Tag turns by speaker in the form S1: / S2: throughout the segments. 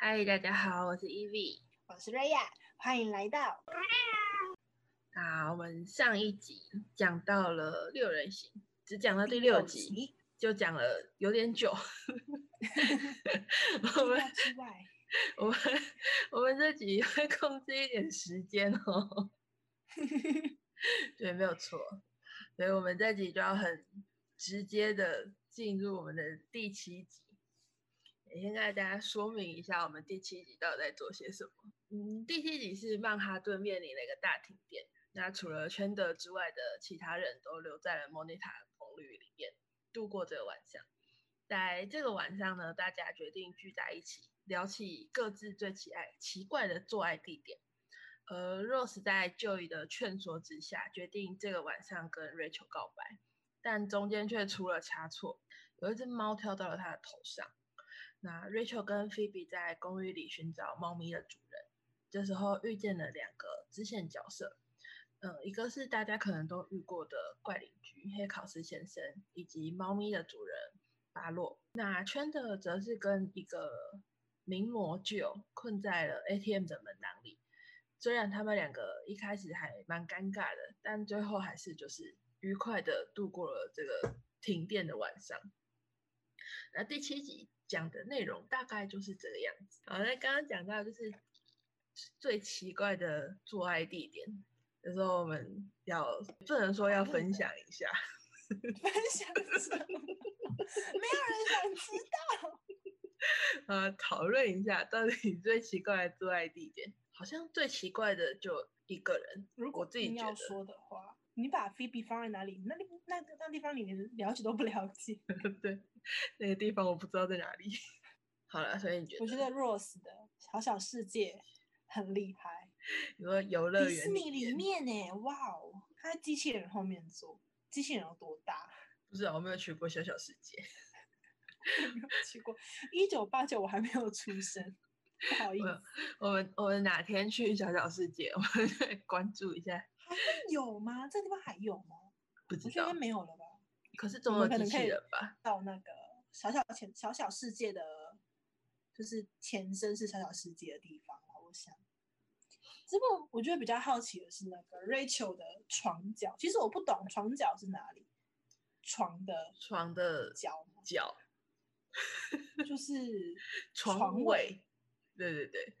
S1: 嗨，大家好，我是 Ev。
S2: 我是瑞亚，欢迎来到。
S1: 那我们上一集讲到了六人行，只讲到第六集， 就讲了有点久。 我
S2: 我
S1: 们
S2: 们之外，
S1: 我们我们这集会控制一点时间哦。对，没有错。所以我们这集就要很直接的进入我们的第七集。也先跟大家说明一下，我们第七集到底在做些什么。嗯，第七集是曼哈顿面临了一个大停电，那除了圈德之外的其他人都留在了莫妮塔公寓里面度过这个晚上。在这个晚上呢，大家决定聚在一起，聊起各自最奇爱奇怪的做爱地点。呃，Rose 在 Joey 的劝说之下，决定这个晚上跟 Rachel 告白，但中间却出了差错，有一只猫跳到了他的头上。那 Rachel 跟 Phoebe 在公寓里寻找猫咪的主人，这时候遇见了两个支线角色，嗯、一个是大家可能都遇过的怪邻居黑考斯先生，以及猫咪的主人巴洛。那圈的则是跟一个名模 Jill 困在了 ATM 的门廊里。虽然他们两个一开始还蛮尴尬的，但最后还是就是愉快的度过了这个停电的晚上。那第七集讲的内容大概就是这个样子。好，那刚刚讲到就是最奇怪的做爱地点，有时候我们要不能说要分享一下，
S2: 分享什么？没有人想知 道。
S1: 呃，讨论一下到底最奇怪的做爱地点，好像最奇怪的就一个人。
S2: 如果
S1: 我自己
S2: 硬
S1: 觉
S2: 要
S1: 得，
S2: 说的话，你把菲比放在哪里？那里那那地方你连了解都不了 解。
S1: 对，那个地方我不知道在哪里。 好了，所以你觉
S2: 我
S1: 得
S2: 觉得 Rose 的小小世界很厉害，
S1: 你说游乐
S2: 迪士
S1: 园
S2: 尼里面呢，哇哦，他在机器人后面坐，机器人有多大？
S1: 不是啊，我没有去过小小世界。
S2: 没有去过，一九八九我还没有出生，不好意
S1: 我
S2: 思。
S1: 我们我们哪天去小小世界，我们再关注一下。
S2: 还会有吗？这地方还有吗？
S1: 不知
S2: 我觉得
S1: 道
S2: 应该，没有了吧。
S1: 可是总
S2: 我
S1: 有
S2: 们可
S1: 机
S2: 能
S1: 器
S2: 可以
S1: 人吧？
S2: 到那个小小前小小世界的，就是前身是小小世界的地方啊。我想，这个我觉得比较好奇的是那个 Rachel 的床角，其实我不懂床角是哪里，床的
S1: 床的
S2: 角吗
S1: 脚、
S2: 就是
S1: 床
S2: 床
S1: 尾，对对对，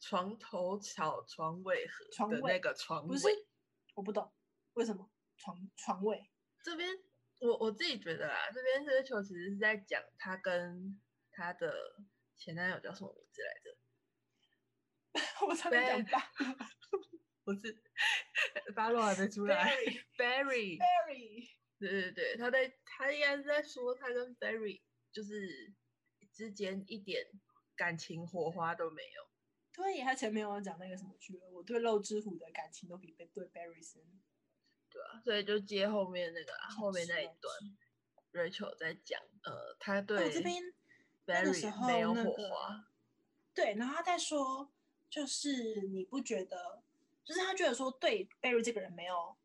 S1: 床头草、床尾
S2: 床
S1: 和的
S2: 尾
S1: 那个床
S2: 不
S1: 尾
S2: 是。我不懂为什么床床位
S1: 这边我我自己觉得啦，这边这个球其实是在讲她跟她的前男友叫什么名字来着？
S2: 我差点讲吧
S1: 不是，巴洛还没出来，Barry。
S2: Barry Barry
S1: 对对对，他在他应该是在说他跟 Barry 就是之间一点感情火花都没有。
S2: 对，他前面有讲那个什么去了，我对肉之虎的感情都比对对 Barry 深。
S1: 对啊，所以就接后面那个啊、
S2: 确
S1: 后面那一
S2: 实
S1: 段，Rachel 在讲，呃，他
S2: 那
S1: 对
S2: 哦我这边那个时
S1: Barry
S2: 候
S1: 没有
S2: 那
S1: 火
S2: 个
S1: 花，
S2: 对，然后他在说，就是你不觉得，就是他觉得说对 Barry 这个人没有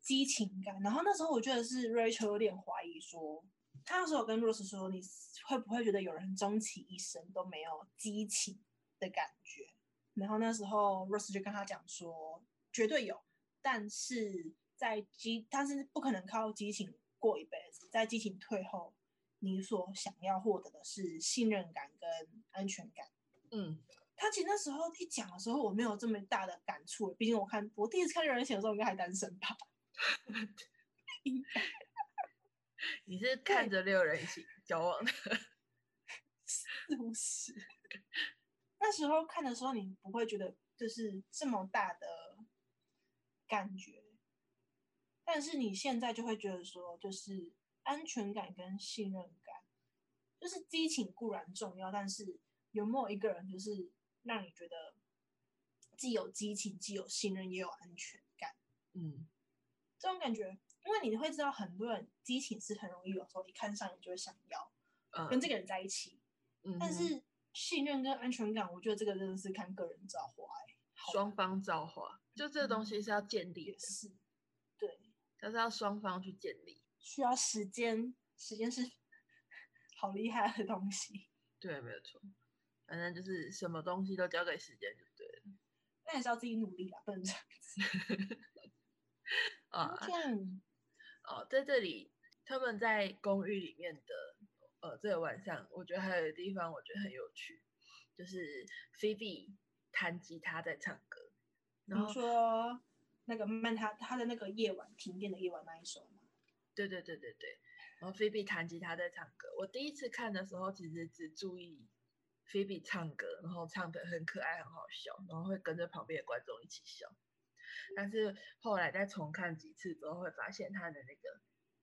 S2: 激情感。然后那时候我觉得是 Rachel 有点怀疑说，他那时候有跟 Rose 说，你会不会觉得有人终其一生都没有激情的感觉？然后那时候 Rose 就跟他讲说，绝对有，但是在激，但是不可能靠激情过一辈子，在激情退后。你所想要获得的是信任感跟安全感。
S1: 嗯，
S2: 他其实那时候一讲的时候，我没有这么大的感触，欸毕竟我看我第一次看《六人行》的时候，应该还单身吧。
S1: 你是看着六人一起交往的，
S2: 是不是？那时候看的时候，你不会觉得就是这么大的感觉，但是你现在就会觉得说，就是安全感跟信任感，就是激情固然重要，但是有没有一个人就是让你觉得既有激情，既有信任，也有安全感？
S1: 嗯，
S2: 这种感觉，因为你会知道很多人激情是很容易，有时候一看上你就会想要
S1: 呃
S2: 跟这个人在一起，
S1: 嗯
S2: 但
S1: 哼
S2: 是信任跟安全感，我觉得这个真的是看个人造化、欸，好嗯
S1: 双方造化，就这个东西是要建立
S2: 也
S1: 的，
S2: 是，对，
S1: 它是要双方去建立。
S2: 需要时 间，时间是好厉害的东西。
S1: 对，没有错。反正就是什么东西都交给时间就对了
S2: 那还是要自己努力啊，不能这样子。
S1: 啊。
S2: 这样，
S1: 哦，在这里，他们在公寓里面的，呃，这个晚上，我觉得还有一个地方我觉得很有趣，就是 Phoebe 弹吉他在唱歌，
S2: 比
S1: 然
S2: 如
S1: 后
S2: 说那个曼他他的那个夜晚停电的夜晚那一首嘛，
S1: 对对对对对，然后 Phoebe 弹吉他在唱歌。我第一次看的时候，其实只注意 Phoebe 唱歌，然后唱的很可爱，很好笑，然后会跟着旁边的观众一起笑。但是后来再重看几次之后，会发现他的那个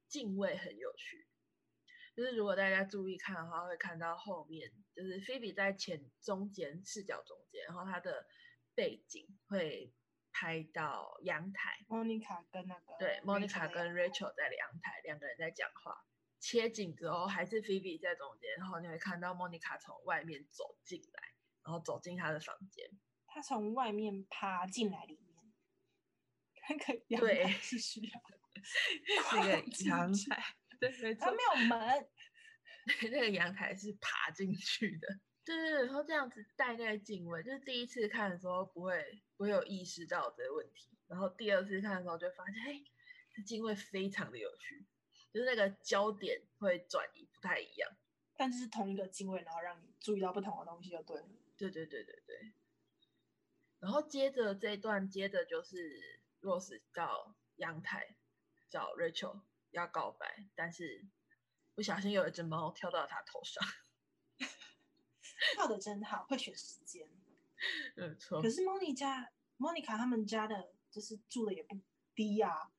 S1: 敬畏很有趣。就是如果大家注意看的话，会看到后面，就是 Phoebe 在前中间视角中间，然后他的背景会拍到阳台，
S2: 莫妮卡跟那个
S1: 对
S2: Rachel
S1: 莫妮卡
S2: 的
S1: 跟 Rachel 在阳台，两个人在讲话。切景之后，还是 Phoebe 在中间，然后你会看到莫妮卡从外面走进来，然后走进她的房间。
S2: 他从外面爬进来里面，那个阳
S1: 对
S2: 台是需要
S1: 那个
S2: 跨 进
S1: 阳
S2: 去，
S1: 台，对，没
S2: 他
S1: 错
S2: 没，有门，
S1: 那个阳台是爬进去的。对对对，然后这样子带那个敬畏，就是第一次看的时候不会不会有意识到这个问题，然后第二次看的时候就发现，哎，这敬畏非常的有趣，就是那个焦点会转移不太一样。
S2: 但是是同一个敬畏，然后让你注意到不同的东西就对了。
S1: 对对对对对。然后接着这一段，接着就是 Rose 到阳台找 Rachel 要告白，但是不小心有一只猫跳到他头上。
S2: 跳的真好，会选时间。
S1: 没错
S2: 可，是莫妮家莫妮卡他们家的，就是住的也不低呀、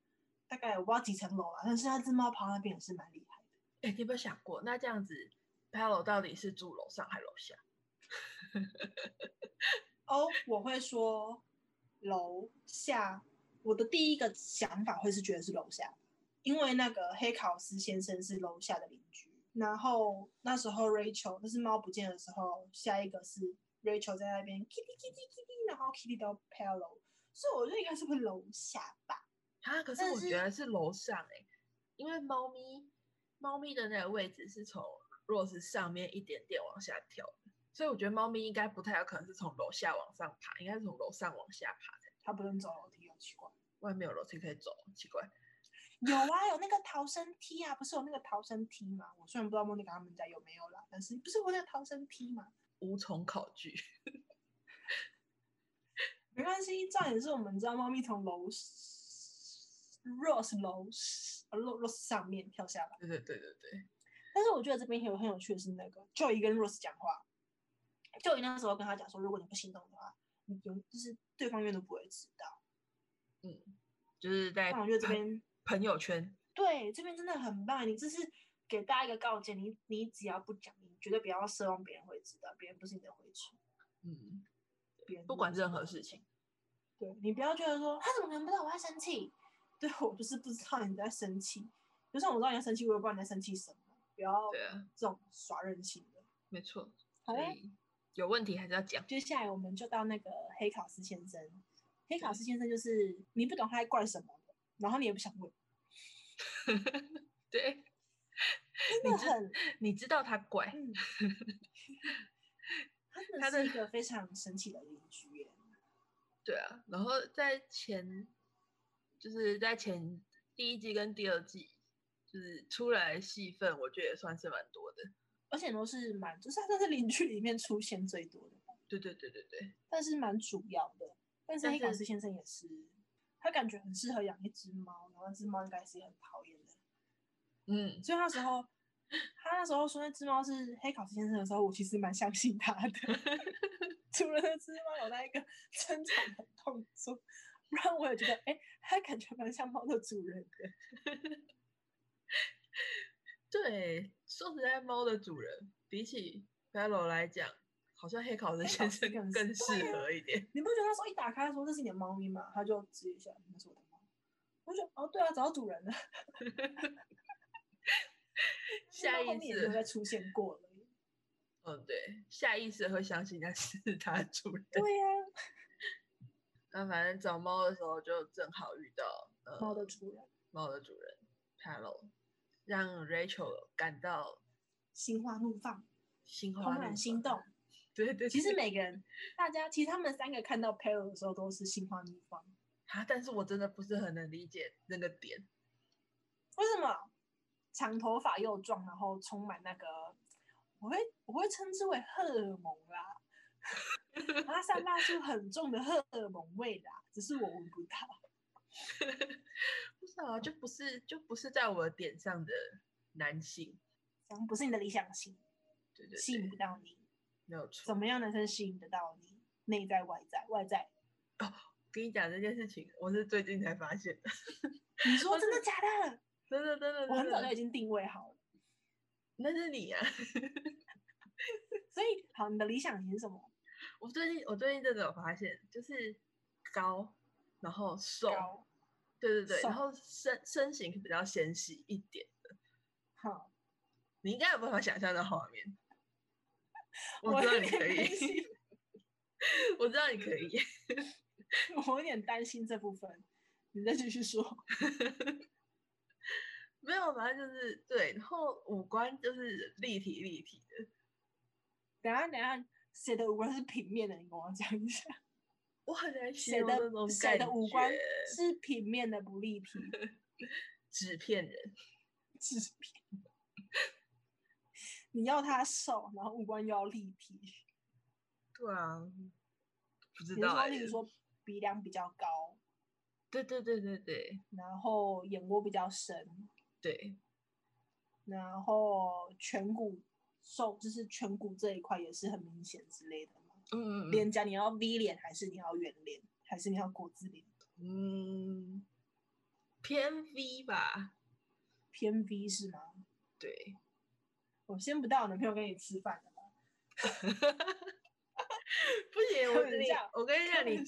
S2: 大概我不知道几层楼啊，但是那只猫跑到那边也是蛮厉害的。
S1: 哎，你有没有想过，那这样子 p a l o 到底是住楼上还是楼下？
S2: 哦，我会说楼下，我的第一个想法会是觉得是楼下，因为那个黑考斯先生是楼下的邻居。然后那时候 Rachel 那只猫不见的时候，下一个是 Rachel 在那边 kitty kitty kitty，然后 kitty 到 pillow，所以我就应该是会楼下吧。
S1: 啊，可是
S2: 但
S1: 我
S2: 是
S1: 觉得是楼上哎、因为猫咪猫咪的那个位置是从 Rose 上面一点点往下跳的，所以我觉得猫咪应该不太有可能是从楼下往上爬，应该是从楼上往下爬的。
S2: 它不用走楼梯，好奇怪。
S1: 外面有楼梯可以走，奇怪。
S2: 有啊，有那个逃生梯啊，不是有那个逃生梯吗？我虽然不知道莫妮卡他们家有没有啦，但是不是有那个逃生梯吗？
S1: 无从考据，
S2: 没关系，重点是我们知道猫咪从楼 rose 楼呃 rose rose 上面跳下来，
S1: 对对对对对，
S2: 但是我觉得这边有很有趣的是那个 Joy 跟 Rose 讲话，Joy 那时候跟他讲说，如果你不行动的话，你永就是对方永远都不会知道。
S1: 嗯，就是在
S2: 但我觉得这
S1: 朋
S2: 边
S1: 朋友圈，
S2: 对，这边真的很棒，你这是给大家一个告诫，你你只要不讲，你绝对不要奢望别人会知道，别人不是你的蛔虫，
S1: 嗯，
S2: 别人
S1: 不
S2: 真的
S1: 管
S2: 是
S1: 任
S2: 你的
S1: 何
S2: 蛔
S1: 事
S2: 虫
S1: 情，
S2: 对你不要觉得说他怎么可能不知道我在生气？对我就是不知道你在生气，就算我知道你在生气，我也不知道你在生气什么。不要
S1: 对啊，
S2: 这种耍任性的。
S1: 没错，
S2: 好
S1: 所
S2: 嘞，
S1: 以有问题还是要讲，
S2: 接下来我们就到那个黑考斯先生。黑考
S1: 对
S2: 斯先生就是你不懂他在怪什么的，然后你也不想 问，
S1: 对，你
S2: 真的
S1: 知
S2: 很
S1: 你知道他怪，
S2: 嗯，他
S1: 他
S2: 真的
S1: 的
S2: 是一个非常神奇的邻居耶。
S1: 对啊，然后在前，就是在前第一季跟第二季，就是出来戏份，我觉得也算是蛮多的。
S2: 而且都是蛮，就是他算是邻居里面出现最多的，
S1: 对对对对对，
S2: 但是蛮主要的。但是
S1: 但
S2: 黑卡
S1: 是
S2: 斯先生也是，他感觉很适合养一只猫，然后那只猫应该是也很讨厌的。
S1: 嗯，
S2: 所以那 时候，他那时候说那只猫是黑卡斯先生的时候，我其实蛮相信他 的。除了那只猫有那一个 挣扎的动作，不然我也觉得，哎、它感觉蛮像猫的主人的。
S1: 对，说实在，猫的主人比起 Fellow 来讲，好像黑考斯
S2: 黑
S1: 先
S2: 考斯
S1: 生
S2: 更
S1: 更
S2: 是
S1: 适
S2: 对啊
S1: 合一点。
S2: 你不觉得那时候一打开说这是你的猫咪吗？他就指一下，嗯那是我的猫。我就觉得哦，对啊，找到主人了。
S1: 下
S2: 因为它后
S1: 意
S2: 面也没有
S1: 识，
S2: 再出现过了。
S1: 嗯，对，下意识会相信那是它的主人。
S2: 对呀、
S1: 那反正找猫的时候，就正好遇到呃
S2: 猫的主人，
S1: 猫的主人 Fellow，让 Rachel 感到
S2: 心花怒放，
S1: 心花
S2: 怦
S1: 怒
S2: 然心
S1: 放
S2: 动。
S1: 对对，
S2: 其实
S1: 对
S2: 每个人，大家其实他们三个看到 Pale 的时候都是心花怒放。
S1: 啊，但是我真的不是很能理解那个点。
S2: 为什么长头发又壮，然后充满那个，我会我会称之为荷尔蒙 啦，然后它散发出很重的荷尔蒙味啦，只是我闻不到。
S1: 不知道啊，就不是就不是在我的点上的男性，
S2: 这样不是你的理想型，
S1: 对对
S2: 吸引
S1: 对，
S2: 不到你。
S1: 没有错。
S2: 怎么样的才吸引得到你？内在、外在、外在。
S1: 跟你讲这件事情，我是最近才发现的，
S2: 你说真的假的？
S1: 真的真的
S2: 我很
S1: 真
S2: 早就
S1: 的，
S2: 已经定位好了。
S1: 那是你啊！
S2: 所以，好，你的理想型是什么？
S1: 我最近我最近真的有发现，就是高，然后瘦，
S2: 高。
S1: 对对对，
S2: 瘦
S1: 然后身身形比较纤细一点，
S2: 好，
S1: 你应该有办法想象的画面。我
S2: 我
S1: 知道
S2: 有
S1: 你
S2: 点
S1: 可
S2: 担
S1: 以，
S2: 心，
S1: 我知道你可以。
S2: 我有点担心这部分。你再继续说。
S1: 没有，反正就是对，然后五官就是立体立体的。
S2: 等一下，等一下，谁的五官是平面的？你跟我讲一下，
S1: 我很难形
S2: 谁
S1: 容
S2: 的
S1: 那种
S2: 谁
S1: 感
S2: 的五官
S1: 觉
S2: 是平面的不立体
S1: 纸片人，
S2: 制片？你要他瘦，然后五官又要立体。
S1: 对啊，不知
S2: 比如
S1: 道、
S2: 说，
S1: 欸
S2: 例。如说鼻梁比较高，
S1: 对对对对对
S2: 然后眼窝比较深，
S1: 对，
S2: 然后颧骨瘦，就是颧骨这一块也是很明显之类的嘛。
S1: 嗯嗯嗯
S2: 脸颊你要 V 脸还是你要圆脸，还是你要国字脸？
S1: 嗯，偏 V 吧，
S2: 偏 V 是吗？
S1: 对，
S2: 我先不带我男朋友跟你吃饭了啦。
S1: 不行，我
S2: 开玩
S1: 跟你
S2: 笑，
S1: 我跟你
S2: 开
S1: 讲，你
S2: 玩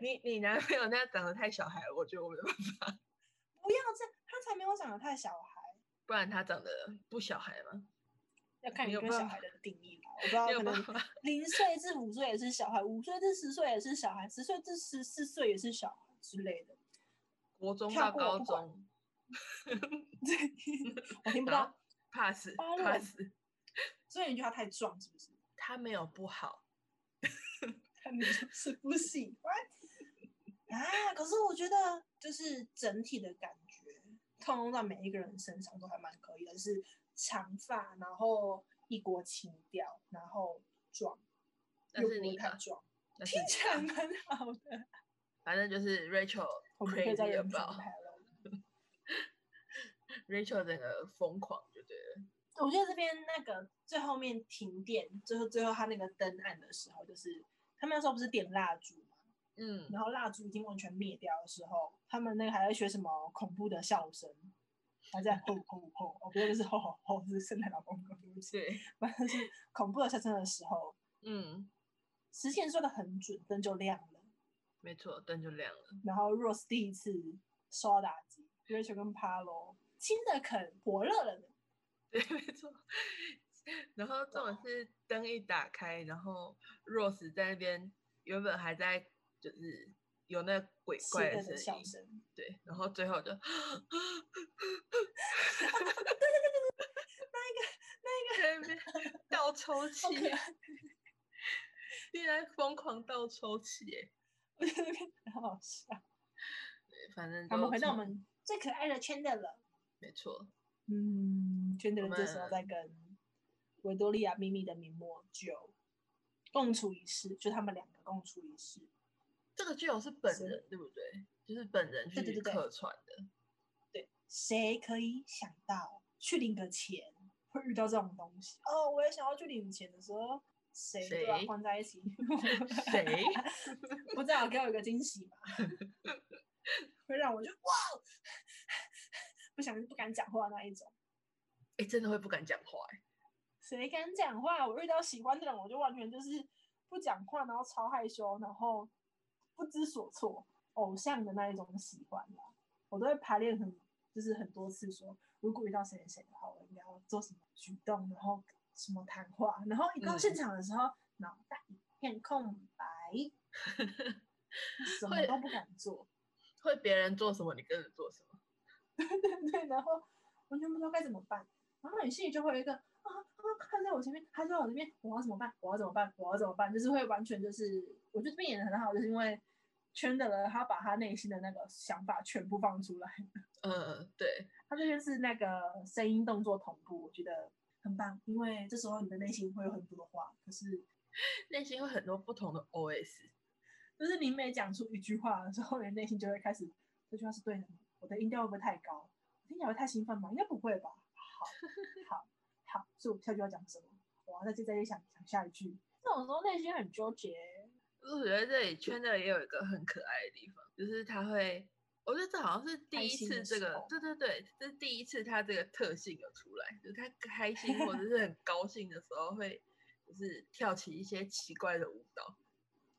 S1: 你你男朋友那长得太小孩了，我觉得我没办法，
S2: 不要这样，他才没有长得太小孩。
S1: 不然他长得不小孩吗？
S2: 要看
S1: 没
S2: 你
S1: 有
S2: 对
S1: 办
S2: 小
S1: 法
S2: 孩的定义吧。我不知道，
S1: 没
S2: 哦可
S1: 有办
S2: 能
S1: 法，
S2: 零岁至五岁也是小孩，五岁至十岁也是小孩，十岁至十四岁也是小孩之 类的。
S1: 国中
S2: 跳
S1: 到
S2: 过我
S1: 高
S2: 不管
S1: 中，
S2: 我听不
S1: 然
S2: 到
S1: 后，pass
S2: 八六
S1: pass，
S2: 所以你觉得他太壮是 不是？
S1: 他没有不好，
S2: 看你就是不喜欢啊。可是我觉得，就是整体的感觉，通通在每一个人身上都还蛮可以的，是长发，然后异国情调，然后壮，
S1: 但
S2: 又
S1: 是
S2: 不会
S1: 你
S2: 太
S1: 吧
S2: 壮，
S1: 但是
S2: 听
S1: 你
S2: 起来
S1: 吧
S2: 蛮好的。
S1: 反正就是 Rachel
S2: 我们可以再
S1: crazy
S2: 人生
S1: about
S2: 拍了。
S1: Rachel 整个疯狂就对了，
S2: 我觉得这边那个最后面停电，最后最后他那个灯暗的时候，就是他们那时候不是点蜡烛嘛，
S1: 嗯，
S2: 然后蜡烛已经完全灭掉的时候，他们那个还在学什么恐怖的笑声，还在吼吼吼，哦，不对，就是吼吼吼，是圣诞老公公，对不起，
S1: 对，
S2: 反正是恐怖的笑声的时候，
S1: 嗯，
S2: 时间说的很准，灯就亮了。
S1: 没错，灯就亮了，
S2: 然后 Rose 第一次受到打击，Rachel 跟 Palo 亲的啃火热了呢。
S1: 对，没错。 然后这种是灯一打开，然后 Rose 在那边原本还在就是有那鬼
S2: 邪
S1: 怪
S2: 恶的
S1: 声
S2: 笑
S1: 音，
S2: 声，
S1: 对，然后最后就那个那个在那边倒抽气
S2: 好可爱，
S1: 竟然疯狂倒抽气耶，
S2: 我觉得很好笑。
S1: 对反正
S2: 好，我
S1: 都
S2: 们回到我
S1: 从
S2: 们最可爱的圈的了。
S1: 没错，
S2: 嗯，圈的
S1: 我
S2: 人这时候
S1: 们
S2: 在跟维多利亚秘密的名模九共处一室，就他们两个共处一室。
S1: 这个剧友是本
S2: 是
S1: 人对不对？就是本人
S2: 对对
S1: 去
S2: 对对
S1: 客串的，
S2: 对，谁可以想到去领个钱会遇到这种东西？哦，我也想要去领钱的时候，谁对吧？
S1: 谁
S2: 混在一起，
S1: 谁？
S2: 不知道给我一个惊喜 吧，会让我就哇， 不想不敢讲话那一种。
S1: 哎，真的会不敢讲话哎。
S2: 谁敢讲话？我遇到喜欢的人，我就完全就是不讲话，然后超害羞，然后不知所措，偶像的那一种喜欢啦。我都会排练很，就是很多次说，如果遇到谁谁谁的话，我应该要做什么举动，然后什么谈话，然后一到
S1: 嗯
S2: 现场的时候，脑袋一片空白，什么
S1: 会
S2: 都不敢做，
S1: 会别人做什么，你跟着做什么。
S2: 对，然后完全不知道该怎么办，然后你心里就会有一个啊啊，他在我前面，他在我这边，我要怎么办？我要怎么办？我要怎么办？就是会完全就是，我觉得这边演的很好，就是因为圈的人他把他内心的那个想法全部放出来，
S1: 嗯，对，
S2: 他这边是那个声音动作同步，我觉得很棒，因为这时候你的内心会有很多的话，可是
S1: 内心会很多不同的 OS。
S2: 就是你每讲出一句话的时候，你 的内心就会开始，这句话是对的吗？我的音调会不会太高？我听起来会太兴奋吗？应该不会吧。好，好，好，所以我下句要讲什么？我要再接再去想想下一句。这种时候内心很纠结。
S1: 我觉得这里圈的也有一个很可爱的地方，就是他会，我觉得这好像是
S2: 开
S1: 第一
S2: 心
S1: 次
S2: 的
S1: 这
S2: 时
S1: 个
S2: 候，
S1: 对对对，这是第一次他这个特性有出来，就是他开心或者是 很高兴的时候会，就是跳起一些奇怪的舞蹈，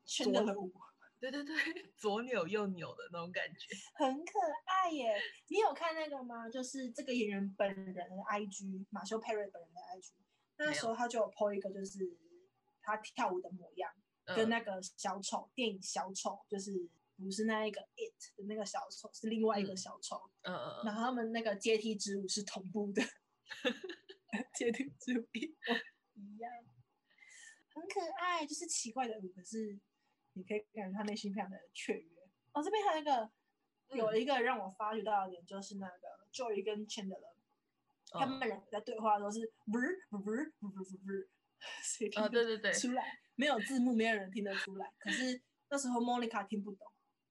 S2: 圈
S1: 左
S2: 的很舞
S1: 对对对， 左扭右扭的那种感觉。
S2: 很可爱耶。你有看那个吗？就是这个演员本人的 IG，马修·佩瑞本人的 IG。那
S1: 没
S2: 时
S1: 有
S2: 候他就有 po 一个，就是他跳舞的模样。
S1: 嗯
S2: 跟那个小丑电影小丑，就是不是那一个 it 的那个小丑，是另外一个
S1: 嗯
S2: 小丑。
S1: 嗯嗯
S2: 然
S1: 嗯，
S2: 后他们那个阶梯之舞是同 步的，阶梯之舞一模一样，很可爱，就是奇怪的舞，可是你可以感觉他内心非常的雀跃。哦，这边还有一个，有
S1: 嗯
S2: 一个让我发觉到的点，就是那个 Joy 跟 Chandler，、他
S1: 嗯
S2: 们两个在对话的时候是不是不是不是不是，谁听
S1: 啊对
S2: 得
S1: 对对，
S2: 出来，没有字幕，没有人听得出来。可是那时候 Monica 听不懂，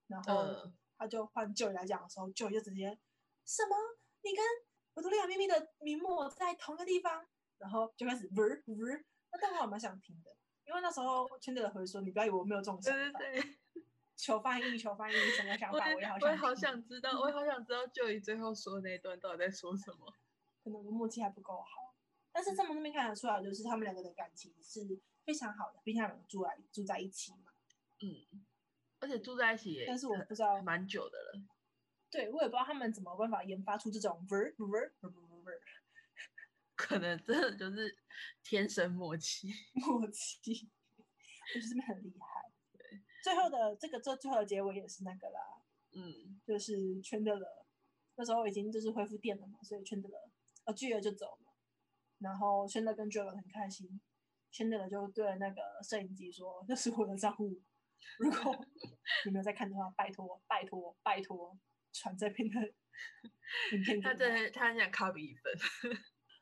S2: 然后
S1: 嗯
S2: 他就换 Joy 来讲的时候，Joy 就直接什么？你跟我的两秘密的名目在同一个地方，然后就开始不是不是。那但我还蛮想听的，因为那时候 Chandler 回说：“你不要以为我没有这种想
S1: 对
S2: 法，
S1: 对对，
S2: 求翻译，求翻译，什么想
S1: 我
S2: 法
S1: 也
S2: 也好
S1: 我也
S2: 想，
S1: 好，想知道，我也好想知道 Joey 最后说的那一段到底在说什么。
S2: 可能我的默契还不够好。”但是从那边看得出来，就是他们两个的感情是非常好的，毕竟他们两个住在住在一起嘛。
S1: 而且住在一起也
S2: 但是我
S1: 很
S2: 不知道
S1: 蛮久的了，
S2: 对，我也不知道他们怎么办法研发出这种 ver ver ver ver ver
S1: 可能真的就是天生默契。
S2: 默契，我觉得这边很厉害。最后的这个这最后的结尾也是那个啦，
S1: 嗯，
S2: 就是圈的了，那时候已经就是恢复电了嘛，所以圈的了，呃，巨儿就走了，然后圈的跟 j o 很开心，圈的了就对那个摄影机说：“这是我的账户，如果你没有在看的话，拜托拜托拜托，传这边的
S1: 他
S2: 影片给我。”
S1: 真的他很想 copy 一份。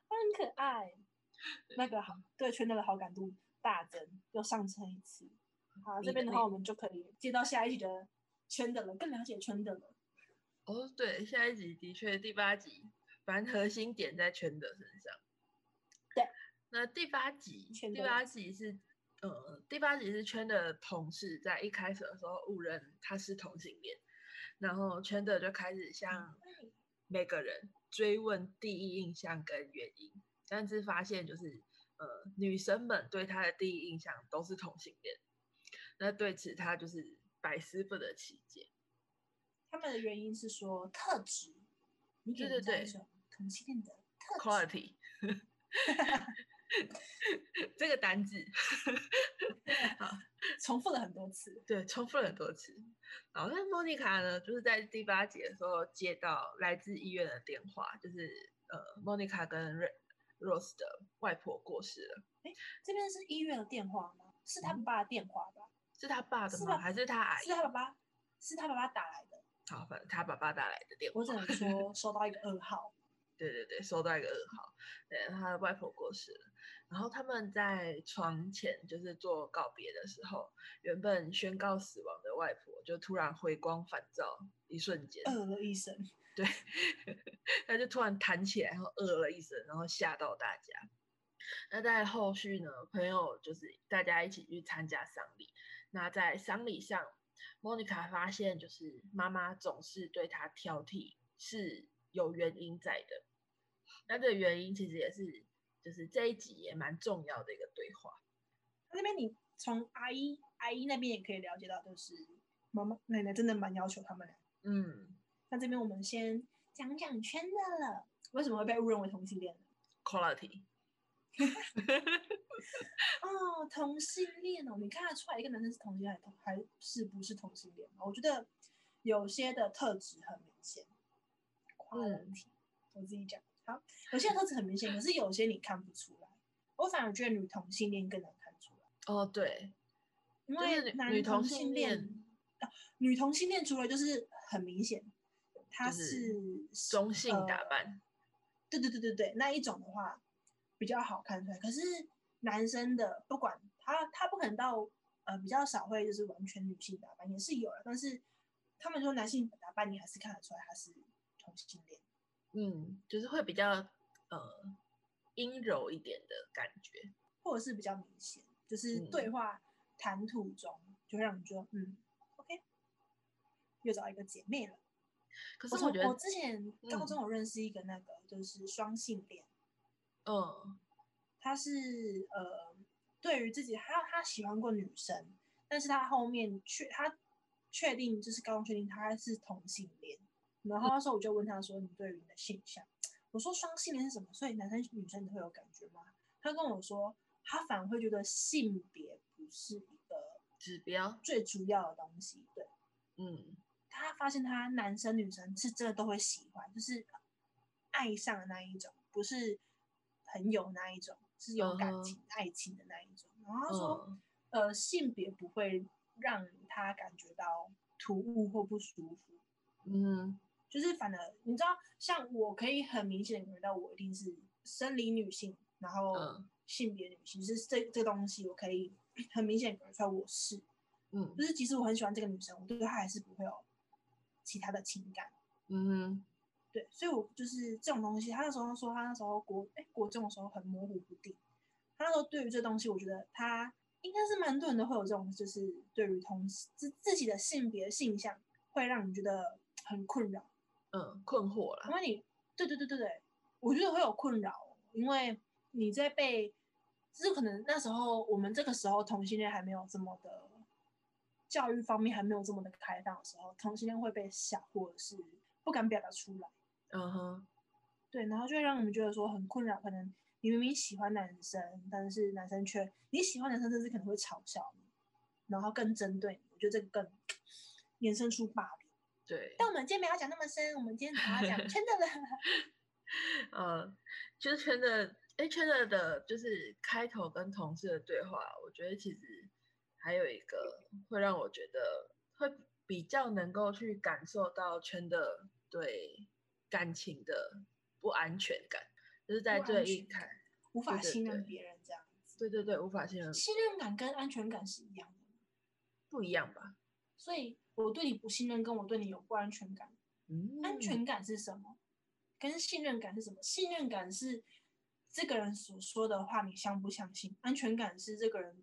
S2: 他很可爱，那个好对圈内的好感度大增，又上升一次。好，
S1: 你
S2: 这边的
S1: 你
S2: 话，我们就可以接到下一集的圈的了，更了解圈的了。
S1: 哦，对，下一集的确第八集，反正核心点在圈的身上。
S2: 对，
S1: 那第八集，
S2: 圈
S1: 第
S2: 的
S1: 八集是呃，第八集是圈的同事在一开始的时候误认他是同性恋，然后圈的就开始向每个人追问第一印象跟原因，但是发现就是呃，女生们对他的第一印象都是同性恋，那对此他就是百思不得其解。
S2: 他们的原因是说特质，你给
S1: 对
S2: 人
S1: 对
S2: 家
S1: 对
S2: 一种同性恋的特质，
S1: quality，这个单字
S2: 重复了很多次。
S1: 对重复了很多次。好，那莫妮卡呢，就是在第八集的时候接到来自医院的电话，就是呃，莫妮卡跟 Ray- Rose 的外婆过世了，
S2: 这边是医院的电话吗？是他爸爸的电话吧？
S1: 是他爸的
S2: 是
S1: 吗？
S2: 吧
S1: 还是啊他阿
S2: 是他爸爸，是他爸爸打来的。
S1: 姨？好，反正他爸爸打来的电话
S2: 我只。能说收到一个 噩耗。
S1: 对对对，收到一个噩耗，对，他的外婆过世了。然后他们在床前就是做告别的时候，原本宣告死亡的外婆就突然回光返照，一瞬间，
S2: 呃了一声，
S1: 对，他就突然弹起来，然后呃了一声，然后吓到大家。那在后续呢，朋友就是大家一起去参加丧礼。那在丧礼上，莫妮卡发现就是妈妈总是对她挑剔是有原因在的。那这个原因其实也是就是这一集也蛮重要的一个对话。
S2: 那边你从阿姨阿姨那边也可以了解到，就是妈妈奶奶真的蛮要求他们俩。
S1: 嗯
S2: 那这边我们先讲讲圈的了，为什么会被误认为同性恋呢？
S1: ，quality，
S2: 哦，同性恋哦，你看得出来一个男生是同性恋还是同还是不是同性恋吗？我觉得嗯有些的特质很明显，夸人体，我自己讲，好，有些人特质很明显，可是有些你看不出来。我反而觉得女同性恋更难看出来，
S1: 哦，对，
S2: 因
S1: 就是
S2: 为
S1: 女
S2: 男
S1: 女同
S2: 性
S1: 性
S2: 恋
S1: 恋，
S2: 啊女同性恋除了就是很明显，她
S1: 就是中性
S2: 呃
S1: 打扮。
S2: 对对对对对，那一种的话比较好看出来。可是男生的不管他，他不可能到呃比较少会就是完全女性打扮，也是有了，但是他们说男性打扮你还是看得出来他是同性恋。
S1: 嗯，就是会比较呃阴柔一点的感觉。
S2: 或者是比较明显，就是
S1: 嗯
S2: 对话谈吐中就会让你觉得嗯，OK，又找一个姐妹了。
S1: 可
S2: 我
S1: 是我
S2: 从
S1: 觉得
S2: 我，之前高
S1: 嗯
S2: 中有认识一个那个就是双性恋，
S1: 嗯
S2: 他是呃对于自己他他喜欢过女生，但是他后面确他确定就是高中确定他是同性恋，然后那时候我就问他说你对于你的性向，我说双性恋是什么？所以男生女生你会有感觉吗？他跟我说他反而会觉得性别不是一个
S1: 指标，
S2: 最主要的东西，对。
S1: 嗯
S2: 他发现他男生女生是真的都会喜欢，就是爱上的那一种，不是朋友那一种，是有感情、爱情的那一种。然后他说，
S1: 嗯
S2: 呃，性别不会让他感觉到突兀或不舒服，
S1: 嗯
S2: 就是反而你知道，像我可以很明显地感觉到我一定是生理女性，然后
S1: 嗯
S2: 性别女性，就是这这东西我可以很明显地感觉出来我是，
S1: 嗯
S2: 就是即使我很喜欢这个女生，我对她还是不会有其他的情感。
S1: 嗯
S2: 对，所以我就是这种东西，他那时候说他那时候国哎、国中的时候很模糊不定，他那时候对于这东西，我觉得他应该是蛮多人都会有这种，就是对于同自自己的性别性向会让你觉得很困扰，
S1: 嗯，困惑
S2: 因
S1: 啦。
S2: 为你对对对对对，我觉得会有困扰，哦因为你在被，就是可能那时候我们这个时候同性恋还没有这么的教育方面还没有这么的开放的时候，同性恋会被笑或者是不敢表达出来。
S1: 嗯哼，
S2: 对，然后就会让我们觉得说很困扰，可能你明明喜欢男生，但是男生却你喜欢男生，甚至可能会嘲笑你，然后更针对你。我觉得这个更衍生出霸凌。
S1: 对，
S2: 但我们今天没有讲那么深，我们今天只要讲 圈的人。
S1: 呃，就是圈的，哎，圈的的，就是开头跟同事的对话，我觉得其实还有一个会让我觉得会比较能够去感受到圈的对感情的不安全感，就是在
S2: 不
S1: 最
S2: 安
S1: 一
S2: 全
S1: 开
S2: 感。无法
S1: 对对
S2: 信任
S1: 对
S2: 别人这样子。
S1: 对对对，无法信任
S2: 信任感跟安全感是一样的，
S1: 不一样吧？
S2: 所以我对你不信任，跟我对你有不安全感，
S1: 嗯，
S2: 安全感是什么？跟信任感是什么？信任感是这个人所说的话，你相不相信？安全感是这个人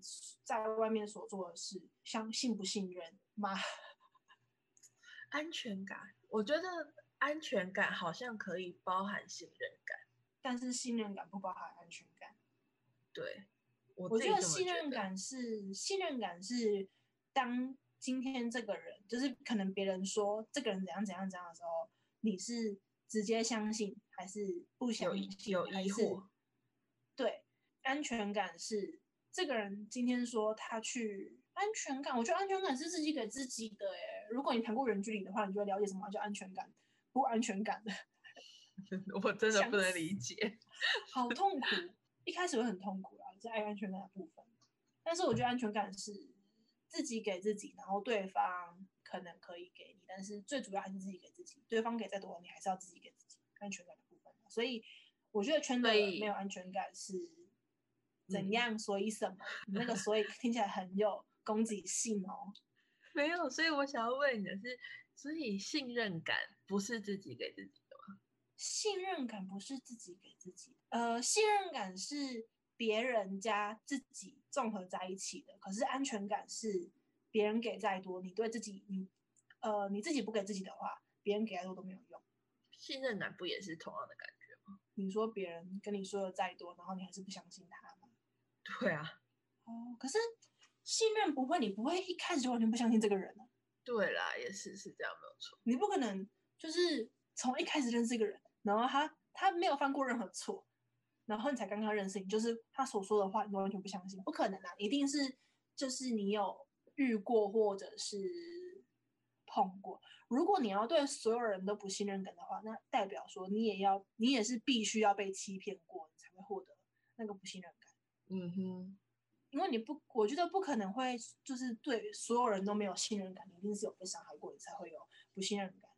S2: 在外面所做的事，相信不信任吗？
S1: 安全感，我觉得安全感好像可以包含信任感。
S2: 但是信任感不包含安全感。
S1: 对，我
S2: 我
S1: 自己
S2: 觉得
S1: 这么
S2: 信任
S1: 得，
S2: 感是信任感是当今天这个人，就是可能别人说这个人怎样怎样怎样的时候，你是直接相信还是不相
S1: 有疑
S2: 信？
S1: 有
S2: 还
S1: 疑
S2: 是
S1: 惑。
S2: 对，安全感是这个人今天说他去安全感，我觉得安全感是自己给自己的诶。如果你谈过远距离的话，你就会了解什么叫安全感，不安全感的
S1: 我真的
S2: 想
S1: 不能
S2: 死
S1: 理解。
S2: 好痛苦，一开始会很痛苦啦，在爱安全感的部分。但是我觉得安全感是自己给自己，然后对方可能可以给你，但是最主要还是自己给自己，对方给再多，你还是要自己给自己安全感的部分。啊所以我觉得圈的
S1: 所以
S2: 没有安全感是
S1: 嗯
S2: 怎样，所以什么，你那个所以听起来很有攻击性哦。
S1: 没有，所以我想要问你的是，所以信任感不是自己给自己的吗？
S2: 信任感不是自己给自己的，呃，信任感是别人加自己综合在一起的。可是安全感是别人给再多，你对自己，你呃你自己不给自己的话，别人给再多都没有用。
S1: 信任感不也是同样的感觉吗？
S2: 你说别人跟你说的再多，然后你还是不相信他吗？
S1: 对啊，
S2: 哦，可是信任不会，你不会一开始就完全不相信这个人啊，
S1: 对啦，也是是这样，没有错。
S2: 你不可能就是从一开始认识一个人，然后他他没有犯过任何错，然后你才刚刚认识你，就是他所说的话你都完全不相信，不可能啊！一定是就是你有遇过，或者是碰过。如果你要对所有人都不信任感的话，那代表说你也要，你也是必须要被欺骗过，你才会获得那个不信任感。
S1: 嗯哼，
S2: 因为你不，我觉得不可能会就是对所有人都没有信任感，你一定是有被伤害过，你才会有不信任感。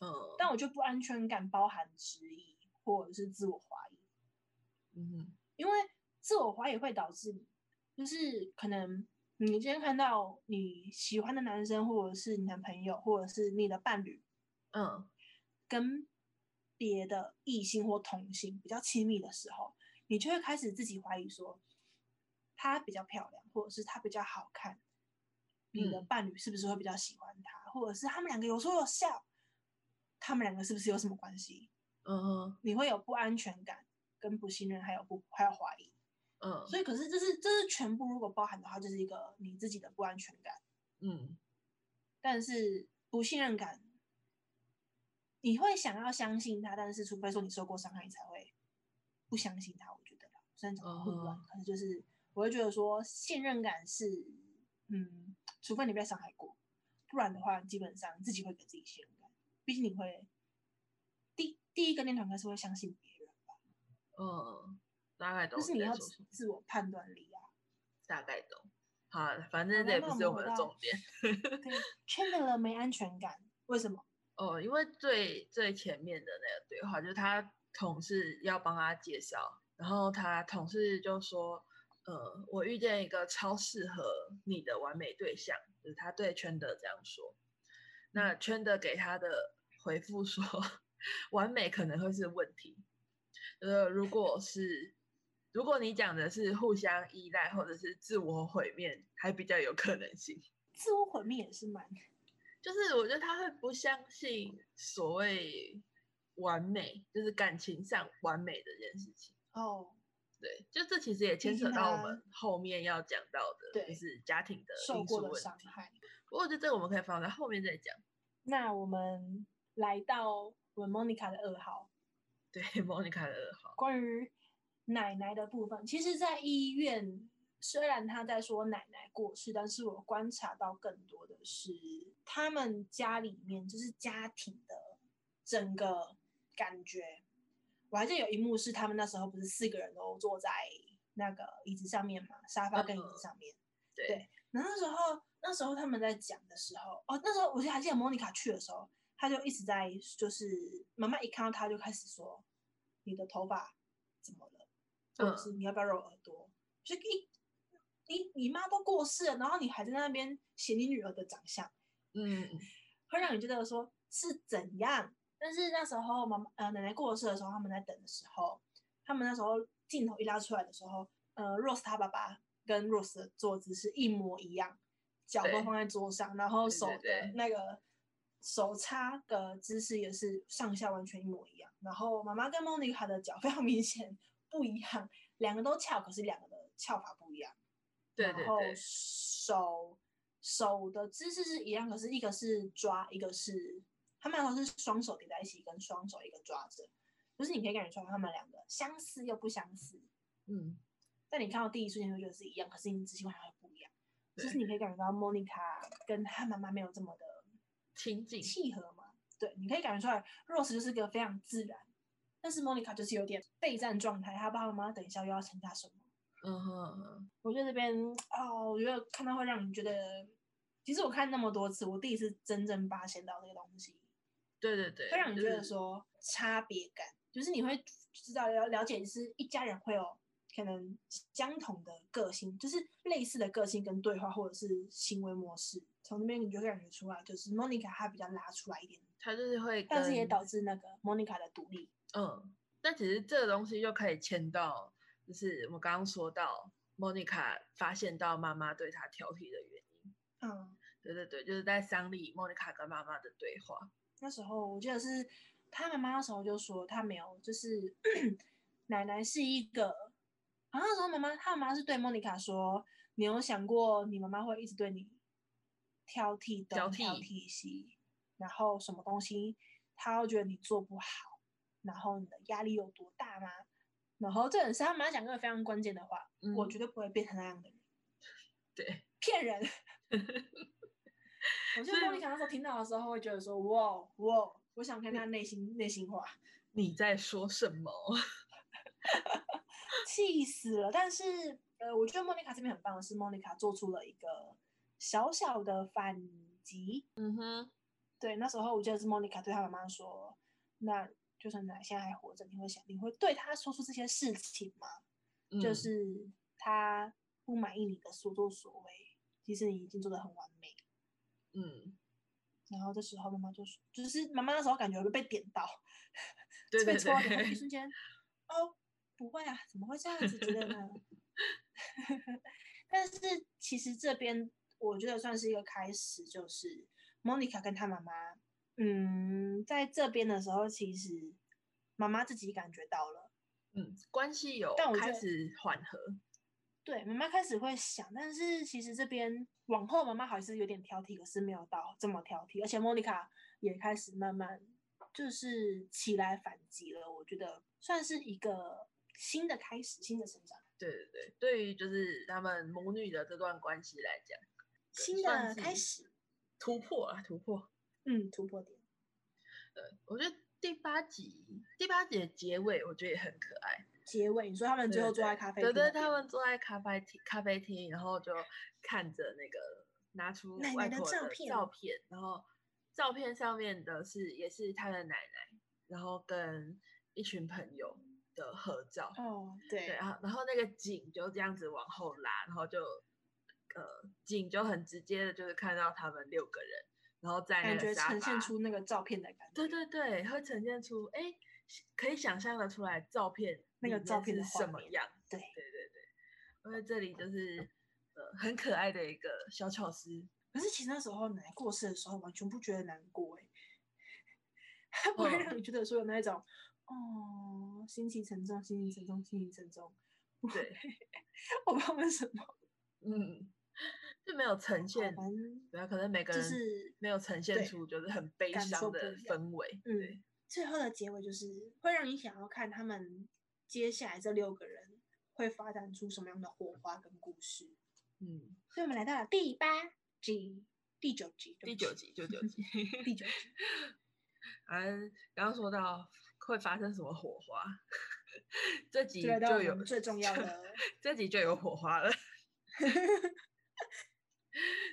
S1: 嗯，
S2: 但我觉得不安全感包含质疑或者是自我怀疑，
S1: 嗯哼，
S2: 因为自我怀疑会导致你，就是可能你今天看到你喜欢的男生，或者是你男朋友，或者是你的伴侣，
S1: 嗯，
S2: 跟别的异性或同性比较亲密的时候，你就会开始自己怀疑说，她比较漂亮，或者是她比较好看，你的
S1: 嗯
S2: 伴侣是不是会比较喜欢她，或者是他们两个有说有笑，他们两个是不是有什么关系？
S1: 嗯哼，
S2: 你会有不安全感、跟不信任，还有不还有怀疑。
S1: 嗯，
S2: 所以，可是这是这是全部如果包含的话，就是一个你自己的不安全感。
S1: 嗯，
S2: 但是不信任感，你会想要相信他，但是除非说你受过伤害，你才会不相信他。我觉得啦，虽然讲得混乱
S1: 哦
S2: 可是就是我会觉得说，信任感是，嗯，除非你被伤害过，不然的话，基本上自己会给自己信任感。毕竟你会第第一个念头应该是会相信别人吧，
S1: 嗯，大概懂
S2: 就是
S1: 你
S2: 你
S1: 在
S2: 要
S1: 说什
S2: 自
S1: 么，
S2: 自我判断力啊。
S1: 大概懂。好啊，反
S2: 好
S1: 正这
S2: 吧
S1: 也
S2: 哦
S1: 不是
S2: 那我们
S1: 我们
S2: 回
S1: 的
S2: 到
S1: 重点。
S2: 对，Chandler 没安全感，为什么？
S1: 哦，因为最最前面的那个对话，就是他同事要帮他介绍，然后他同事就说：“呃，我遇见一个超适合你的完美对象。”就是他对圈德这样说。那圈德给他的回复说：“ 完美可能会是问题。”呃，如果是如果你讲的是互相依赖或者是自我毁灭，还比较有可能性。
S2: 自我毁灭也是蛮
S1: 就是我觉得他会不相信所谓完美，就是感情上完美的这件事情。
S2: 哦，
S1: 对，就这其实也牵
S2: 毕
S1: 扯
S2: 竟
S1: 到我
S2: 他
S1: 们后面要讲到的，就
S2: 对
S1: 是家庭的
S2: 受
S1: 因素
S2: 过的
S1: 问
S2: 伤
S1: 题。
S2: 害。
S1: 不过我觉得这个我们可以放在后面再讲。
S2: 那我们来到我们 Monica 的二号，
S1: 对， 莫妮卡的二号，
S2: 关于奶奶的部分，其实，在医院虽然他在说奶奶过世，但是我观察到更多的是他们家里面就是家庭的整个感觉。我还记得有一幕是他们那时候不是四个人都坐在那个椅子上面嘛，沙发跟椅子上面。
S1: 对
S2: 对，然后那时候那时候他们在讲的时候，哦，那时候我就还记得莫妮卡去的时候，她就一直在就是妈妈一看到她就开始说你的头发怎么了，或者是你要不要揉耳朵，就一你你妈都过世了，然后你还在那边写你女儿的长相，
S1: 嗯，
S2: 会让你觉得说是怎样。但是那时候妈妈呃奶奶过世的时候，他们在等的时候，他们那时候镜头一拉出来的时候，呃，Rose 他爸爸跟 Rose 的坐姿是一模一样，脚
S1: 对
S2: 都放在桌上，然后
S1: 对对
S2: 手
S1: 对
S2: 的那个手叉的姿势也是上下完全一模一样。然后妈妈跟 Monica 的脚 非常明显不一样，两个都翘，可是两个的翘法不一样。
S1: 对对
S2: 然后
S1: 对，
S2: 手手的姿势是一样，可是一个是抓，一个是他们那时候是双手叠在一起，跟双手一个抓着，就是你可以感觉出来他们两个相似又不相似。
S1: 嗯，
S2: 但你看到第一瞬间会觉得是一样，可是你仔细观察会不一样，
S1: 对
S2: 就是你可以感觉到莫妮卡跟她妈妈没有这么的
S1: 亲近，
S2: 契合嘛。对，你可以感觉出来，Rose 就是个非常自然，但是莫妮卡就是有点备战状态，她爸爸妈妈等一下又要请她什么。
S1: 嗯哼，
S2: 我觉得这边哦，我觉得看到会让你觉得，其实我看那么多次，我第一次真正发现到这个东西，
S1: 对对对，
S2: 会让你
S1: 就
S2: 觉得
S1: 是，
S2: 说差别感，就是你会知道了了解是一家人会有可能相同的个性，就是类似的个性跟对话或者是行为模式，从那边你就会感觉出来，就是 Monica 她比较拉出来一点，
S1: 他就是会跟，
S2: 但是也导致那个 Monica 的独立，
S1: 嗯，但其实这个东西又可以牵到，就是我们刚刚说到莫妮卡发现到妈妈对她挑剔的原因。
S2: 嗯，
S1: 对对对，就是在丧礼，莫妮卡跟妈妈的对话。
S2: 那时候我记得是他妈妈那时候就说他没有，就是 奶奶是一个，然后那时候妈妈他妈妈是对莫妮卡说，你有想过你妈妈会一直对你挑剔东
S1: 挑剔
S2: 挑剔西，然后什么东西她会觉得你做不好，然后你的压力有多大吗？然后这也是他妈讲个非常关键的话，
S1: 嗯
S2: 我绝对不会变成那样的人，
S1: 对，
S2: 骗人。我觉得莫妮卡那时候听到的时候，会觉得说哇哇，我想看他内心内心话，
S1: 你在说什么？
S2: 气死了。但是呃，我觉得莫妮卡这边很棒的是，莫妮卡做出了一个小小的反击。
S1: 嗯哼，
S2: 对，那时候我记得是莫妮卡对她妈妈说：“那就算奶现在还活着，你会想，你会对她说出这些事情吗？就
S1: 嗯
S2: 是她不满意你的所作所为，其实你已经做的很完美。”
S1: 嗯，
S2: 然后这时候妈妈就说，就是妈妈那时候感觉有被点到，
S1: 对对
S2: 被戳到点，然后一
S1: 对，
S2: 瞬间，哦，不会啊，怎么会这样子之类的。 但是其实这边我觉得算是一个开始，就是 Monica 跟她妈妈，嗯，在这边的时候，其实妈妈自己感觉到了，
S1: 嗯，关系有
S2: 但我觉
S1: 开
S2: 得
S1: 始缓和。
S2: 对，妈妈开始会想，但是其实这边往后妈妈还是有点挑剔，可是没有到这么挑剔，而且莫妮卡也开始慢慢就是起来反击了，我觉得算是一个新的开始，新的成长，
S1: 对对对，对于就是他们母女的这段关系来讲，对
S2: 新
S1: 算
S2: 的
S1: 是
S2: 开始，
S1: 突破啊，突破。
S2: 嗯，突破点，
S1: 对，我觉得第八集第八集的结尾，我觉得也很可爱。
S2: 结尾，你说他们最后坐在咖啡
S1: 对
S2: 厅那
S1: 对，
S2: 边，
S1: 他们坐在咖啡厅，咖啡厅，然后就看着那个拿出
S2: 奶奶
S1: 外
S2: 的
S1: 婆
S2: 照
S1: 的
S2: 片
S1: 照片，然后照片上面的是也是他的奶奶，然后跟一群朋友的合照。
S2: 哦，
S1: 对，
S2: 对，
S1: 然后然后那个景就这样子往后拉，然后就呃景就很直接的，就是看到他们六个人，然后在那
S2: 感
S1: 个
S2: 觉
S1: 沙
S2: 呈现
S1: 发
S2: 出那个照片的感觉，
S1: 对对对，会呈现出哎，诶是可以想象的出来照片
S2: 那
S1: 里
S2: 个
S1: 面
S2: 照片
S1: 是
S2: 的画
S1: 什么
S2: 面
S1: 样？
S2: 对
S1: 对对对，因为这里就是呃很可爱的一个小巧思，
S2: 可是其实那时候奶奶过世的时候，完全不觉得难过哎、欸， 它不会
S1: 嗯
S2: 让你觉得说有那一种，哦，心情沉重，心情沉重，心情沉重。
S1: 对，
S2: 我不知道为什么，
S1: 嗯，就没有呈现，
S2: 反正
S1: 然后可能每个
S2: 就
S1: 人
S2: 是
S1: 没有呈现
S2: 对
S1: 出就是很悲
S2: 感
S1: 伤
S2: 受
S1: 的
S2: 不一样
S1: 氛围，对
S2: 嗯，最后的结尾就是会让你想要看他们接下来这六个人会发展出什么样的火花跟故事。
S1: 嗯，
S2: 所以我们来到了第八集、第九集、对
S1: 第
S2: 不
S1: 九
S2: 起、
S1: 集第九 集，
S2: 第九集。
S1: 嗯，刚刚说到会发生什么火花， 这 集
S2: 就来到
S1: 就
S2: 我
S1: 有
S2: 们最重要
S1: 就
S2: 的
S1: 这集就有火花了。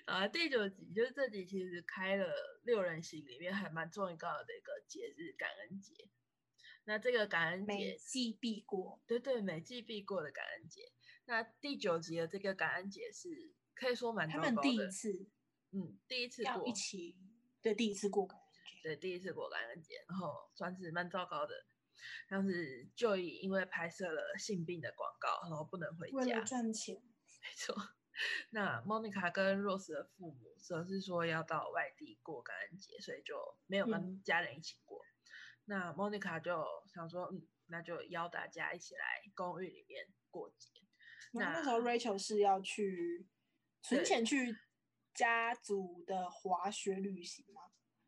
S1: 啊，第九集就是这集，其实开了六人行里面还蛮重要的一个节日——感恩节。那这个感恩
S2: 每
S1: 节，
S2: 季必过，
S1: 对对，每季必过的感恩节。那第九集的这个感恩节是可以说蛮
S2: 他
S1: 糟
S2: 们
S1: 糕
S2: 第
S1: 的
S2: 一，次
S1: 嗯，第一次
S2: 要
S1: 过
S2: 一，起，对，第一次过感恩节，
S1: 对，第一次过感恩节，然后算是蛮糟糕的。像是就因为拍摄了性病的广告，然后不能回
S2: 为
S1: 家
S2: 了，赚钱，
S1: 没错。那 Monica 跟 Rose 的父母则是说要到外地过感恩节，所以就没有跟
S2: 嗯
S1: 家人一起过。那 Monica 就想说，嗯，那就邀大家一起来公寓里面过节。
S2: 然后那时候 Rachel 是要去存
S1: 对
S2: 钱去家族的滑雪旅行嘛？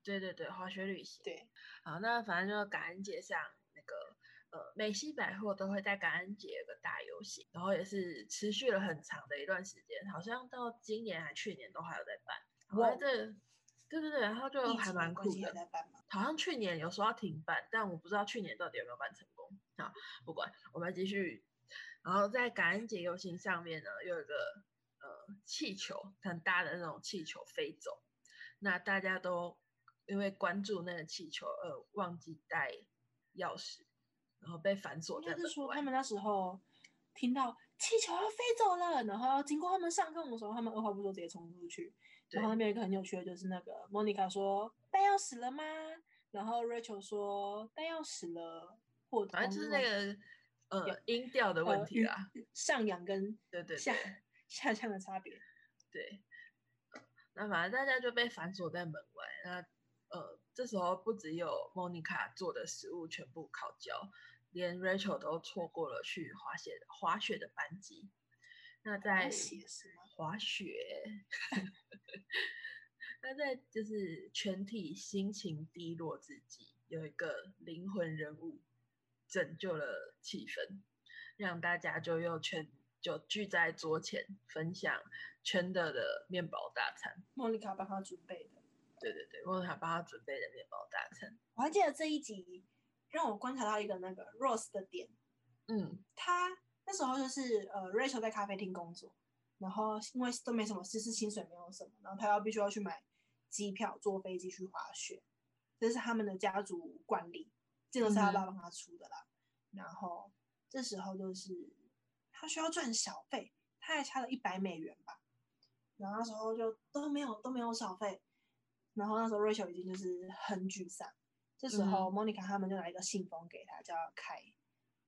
S1: 对对对，滑雪旅行。
S2: 对，
S1: 好，那反正就是感恩节上那个呃美西百货都会在感恩节有个大游行，然后也是持续了很长的一段时间，好像到今年还去年都还有在办。
S2: 哇
S1: 然
S2: 哦
S1: 后这对对对，然后就
S2: 疫
S1: 还
S2: 情
S1: 蛮
S2: 的
S1: 酷
S2: 关系还
S1: 的。
S2: 在办嘛？
S1: 好像去年有说要停办，但我不知道去年到底有没有办成功。好，不管，我们继续。然后在感恩节游行上面呢，有一个呃气球，很大的那种气球飞走，那大家都因为关注那个气球，呃，忘记带钥匙，然后被反锁
S2: 应
S1: 在
S2: 该是
S1: 门
S2: 说
S1: 外
S2: 他。们那时候听到气球要飞走了，然后经过他们上空的时候，他们二话不说直接冲出去。然后
S1: 对
S2: 那边有一个很有趣的，就是那个 Monica 说带钥匙了吗？然后 Rachel 说带钥匙了，或者
S1: 反正就是那个呃音调的问题啦。
S2: 上扬跟
S1: 对对
S2: 下
S1: 对
S2: 下降的差别。
S1: 对，那反正大家就被反锁在门外。那呃，这时候不只有 Monica 做的食物全部烤焦，连 Rachel 都错过了去滑雪滑雪的班机。那在
S2: 写是吗？
S1: 滑雪， 那在就是全体心情低落之际，有一个灵魂人物拯救了气氛，让大家就又全就聚在桌前分享 Chandler 的面包大餐。
S2: 莫妮卡帮他准备的。
S1: 对对对，莫妮卡帮他准备的面包大餐。
S2: 我还记得这一集让我观察到一个那个 Rose 的点，
S1: 嗯，
S2: 他那时候就是呃，Rachel 在咖啡厅工作，然后因为都没什么事，是薪水没有什么，然后他要必须要去买机票，坐飞机去滑雪，这是他们的家族惯例，这都是他爸帮他出的啦。然后这时候就是他需要赚小费，他还差了一百美元吧，然后那时候就都没有都没有小费，然后那时候 Rachel 已经就是很沮丧，这时候 Monica 他们就拿一个信封给他，叫他开。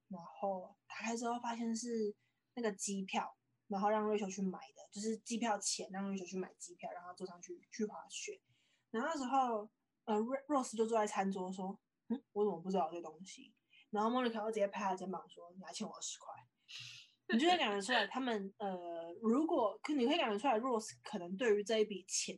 S2: 然后打开之后发现是那个机票，然后让瑞秋去买的，就是机票钱让瑞秋去买机票，让他坐上去去滑雪。然后那时候，呃，Ro-，Rose 就坐在餐桌说：“嗯，我怎么不知道这东西？”然后莫妮卡就直接拍他肩膀说：“你还欠我二十块。”你就会感觉出来，他们呃，如果可你会感觉出来，Rose 可能对于这一笔钱，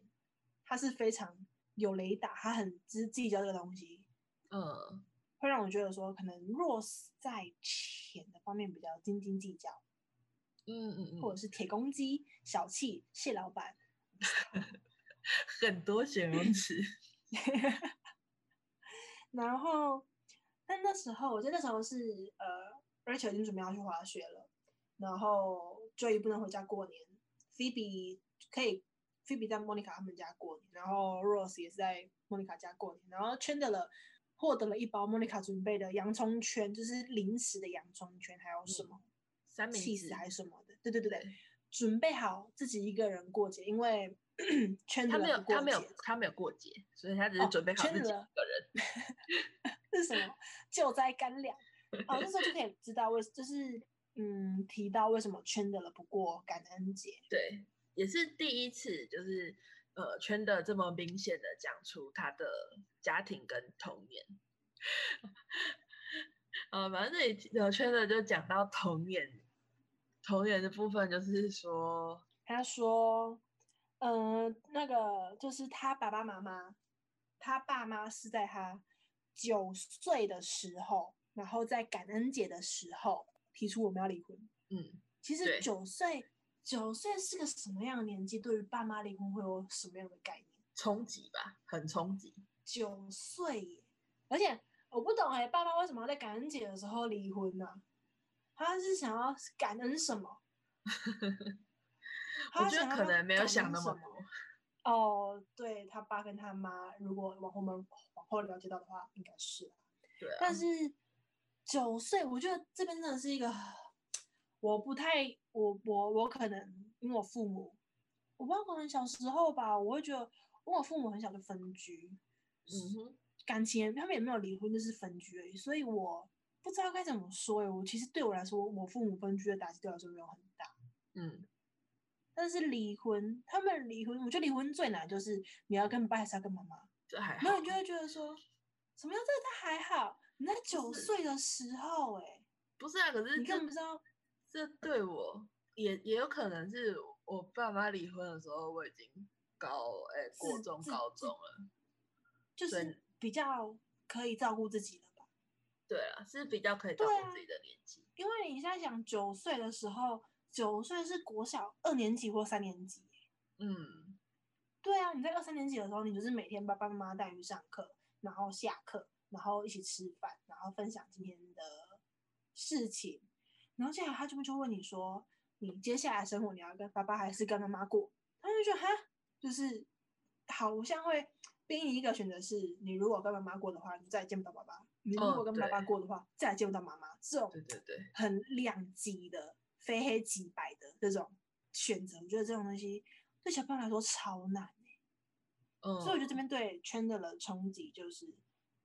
S2: 他是非常有雷达，他很知计较这个东西，
S1: 嗯，
S2: 会让我觉得说，可能 Rose 在钱的方面比较斤斤计较，
S1: 嗯嗯
S2: 或
S1: 嗯，
S2: 者是铁公鸡、小气、蟹老板。
S1: 很多形容词。
S2: 然后，但那时候我记得那时候是呃，Rachel 已经准备要去滑雪了，然后 Joey 不能回家过年，Phoebe 可以，Phoebe 在 Monica 他们家过年，然后 Rose 也是在 Monica 家过年，然后 Chandler 获得了一包 Monica 准备的洋葱圈，就是零食的洋葱圈，还有什么？
S1: 嗯三明
S2: 气
S1: 治
S2: 死还是什么的。对对对对，准备好自己一个人过节，因为 圈子
S1: 他没有，
S2: 不过
S1: 他没有
S2: 节，
S1: 他没有过节，所以他只是
S2: 哦
S1: 准备好自己一个
S2: ，Chandler
S1: 人。
S2: 是什么救灾干粮。哦，那时候就可以知道为，就是嗯，提到为什么圈的了不过感恩节。
S1: 对，也是第一次，就是呃，圈的这么明显的讲出他的家庭跟童年。呃，反正这里呃，圈的就讲到童年，童年的部分就是说，
S2: 他说，嗯、那个就是他爸爸妈妈，他爸妈是在他九岁的时候，然后在感恩节的时候提出我们要离婚。
S1: 嗯，
S2: 其实
S1: 对
S2: 九岁，九岁是个什么样的年纪？对于爸妈离婚会有什么样的概念？
S1: 冲击吧，很冲击。
S2: 九岁耶，而且我不懂哎、爸妈为什么要在感恩节的时候离婚呢、他是想要感恩什么？
S1: 我
S2: 他
S1: 觉
S2: 想
S1: 得
S2: 要
S1: 可能没有
S2: 感
S1: 想
S2: 恩
S1: 那
S2: 什
S1: 么多。
S2: 哦。对他爸跟他妈，如果往后面往后了解到的话，应该是啊、
S1: 对啊，
S2: 但是九岁，我觉得这边真的是一个，我不太，我我我可能因为我父母，我不知道可能小时候吧，我会觉得，因为我父母很小就分居，
S1: 嗯哼，
S2: 感情也他们也没有离婚，就是分居而已，所以我不知道该怎么说、欸。我其实对我来说，我父母分居的打击对我来说没有很大，
S1: 嗯，
S2: 但是离婚，他们离婚，我觉得离婚最难就是你要跟爸还是要跟妈妈，
S1: 这还好
S2: 然后你就会觉得说，怎么样，这个他还好，你在九
S1: 是
S2: 岁的时候、欸，
S1: 不是啊，可是
S2: 你根
S1: 这
S2: 本不知道
S1: 这对我也也有可能是我爸妈离婚的时候，我已经高哎、国
S2: 自
S1: 中
S2: 自
S1: 高
S2: 自
S1: 中了。
S2: 就
S1: 对
S2: 是比较可以照顾自己了吧？
S1: 对啊，是比较可以照
S2: 对
S1: 顾
S2: 啊
S1: 自己的年纪。
S2: 因为你现在想九岁的时候，九岁是国小二年级或三年级耶，
S1: 嗯，
S2: 对啊，你在二三年级的时候，你就是每天爸爸妈妈带你去上课，然后下课，然后一起吃饭，然后分享今天的事情，然后接下来他就会就问你说，你接下来生活你要跟爸爸还是跟妈妈过？他就觉得哈，就是好像会给你一个选择是，你如果跟妈妈过的话，你就再也见不到爸爸；你如
S1: 嗯
S2: 果跟爸爸
S1: 对
S2: 过的话，再也见不到妈妈。这种
S1: 对对对，
S2: 很两极的、非黑即白的这种选择，我觉得这种东西对小朋友来说超难欸、
S1: 嗯，
S2: 所以我觉得这边对圈的的冲击就是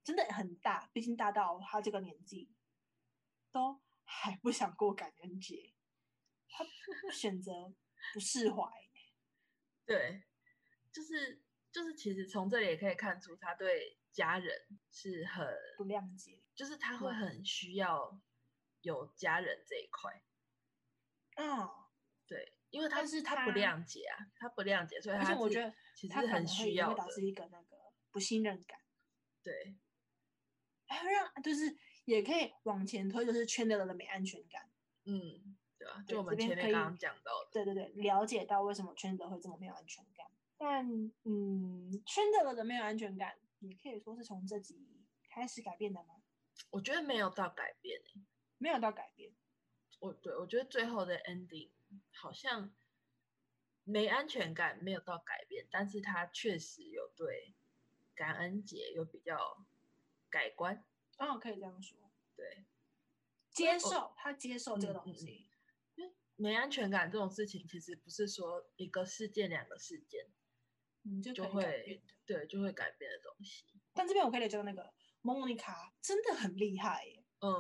S2: 真的很大，毕竟大到他这个年纪都还不想过感恩节，他 选择不释怀。
S1: 对，就是就是，其实从这里也可以看出，他对家人是很，
S2: 不谅解，
S1: 就是他会
S2: 嗯
S1: 很需要有家人这一块。
S2: 嗯，
S1: 对，因为他
S2: 但是
S1: 他不
S2: 他
S1: 谅解啊，他不谅解，所以
S2: 而
S1: 他
S2: 且我
S1: 是
S2: 觉得
S1: 其实
S2: 他可
S1: 很
S2: 能会
S1: 需
S2: 也
S1: 要
S2: 会
S1: 的
S2: 导。致一个那个不信任感。
S1: 对，
S2: 还会让就是也可以往前推，就是圈的人的没安全感。
S1: 嗯，对，对吧？
S2: 对
S1: 就我们
S2: 这边
S1: 前面
S2: 可以
S1: 刚刚讲到的，
S2: 对对对，了解到为什么圈德会这么没有安全感。但嗯，圈德的没有安全感，也可以说是从这集开始改变的吗？
S1: 我觉得没有到改变欸、
S2: 没有到改变，
S1: 我对我觉得最后的 ending 好像没安全感，没有到改变，但是他确实有对感恩节有比较改观，
S2: 哦，可以这样说，
S1: 对，
S2: 接受他接受哦这
S1: 嗯
S2: 个东
S1: 嗯
S2: 西，
S1: 没安全感这种事情，其实不是说一个事件、两个事件，
S2: 你嗯就
S1: 就
S2: 可以改
S1: 会
S2: 变的。
S1: 对，就会改变的东西。
S2: 但这边我可以教那个莫妮卡真的很厉害耶，
S1: 嗯，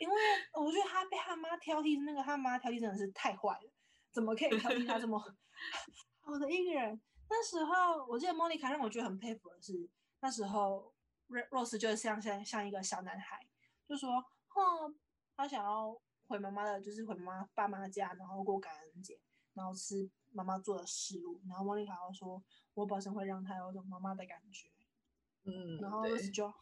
S2: 因为我觉得他被他妈挑剔，那个他妈挑剔真的是太坏了，怎么可以挑剔他这么好的一个人？那时候我记得莫妮卡让我觉得很佩服的是，那时候 Ro- Rose 就像像像一个小男孩，就说，哼，他想要回妈妈的，就是回妈妈爸妈家，然后过感恩节，然后吃妈妈做的食物，然后莫妮卡又说，我保证会让他有种妈妈的感觉，
S1: 嗯，
S2: 然后
S1: 对
S2: Rose 就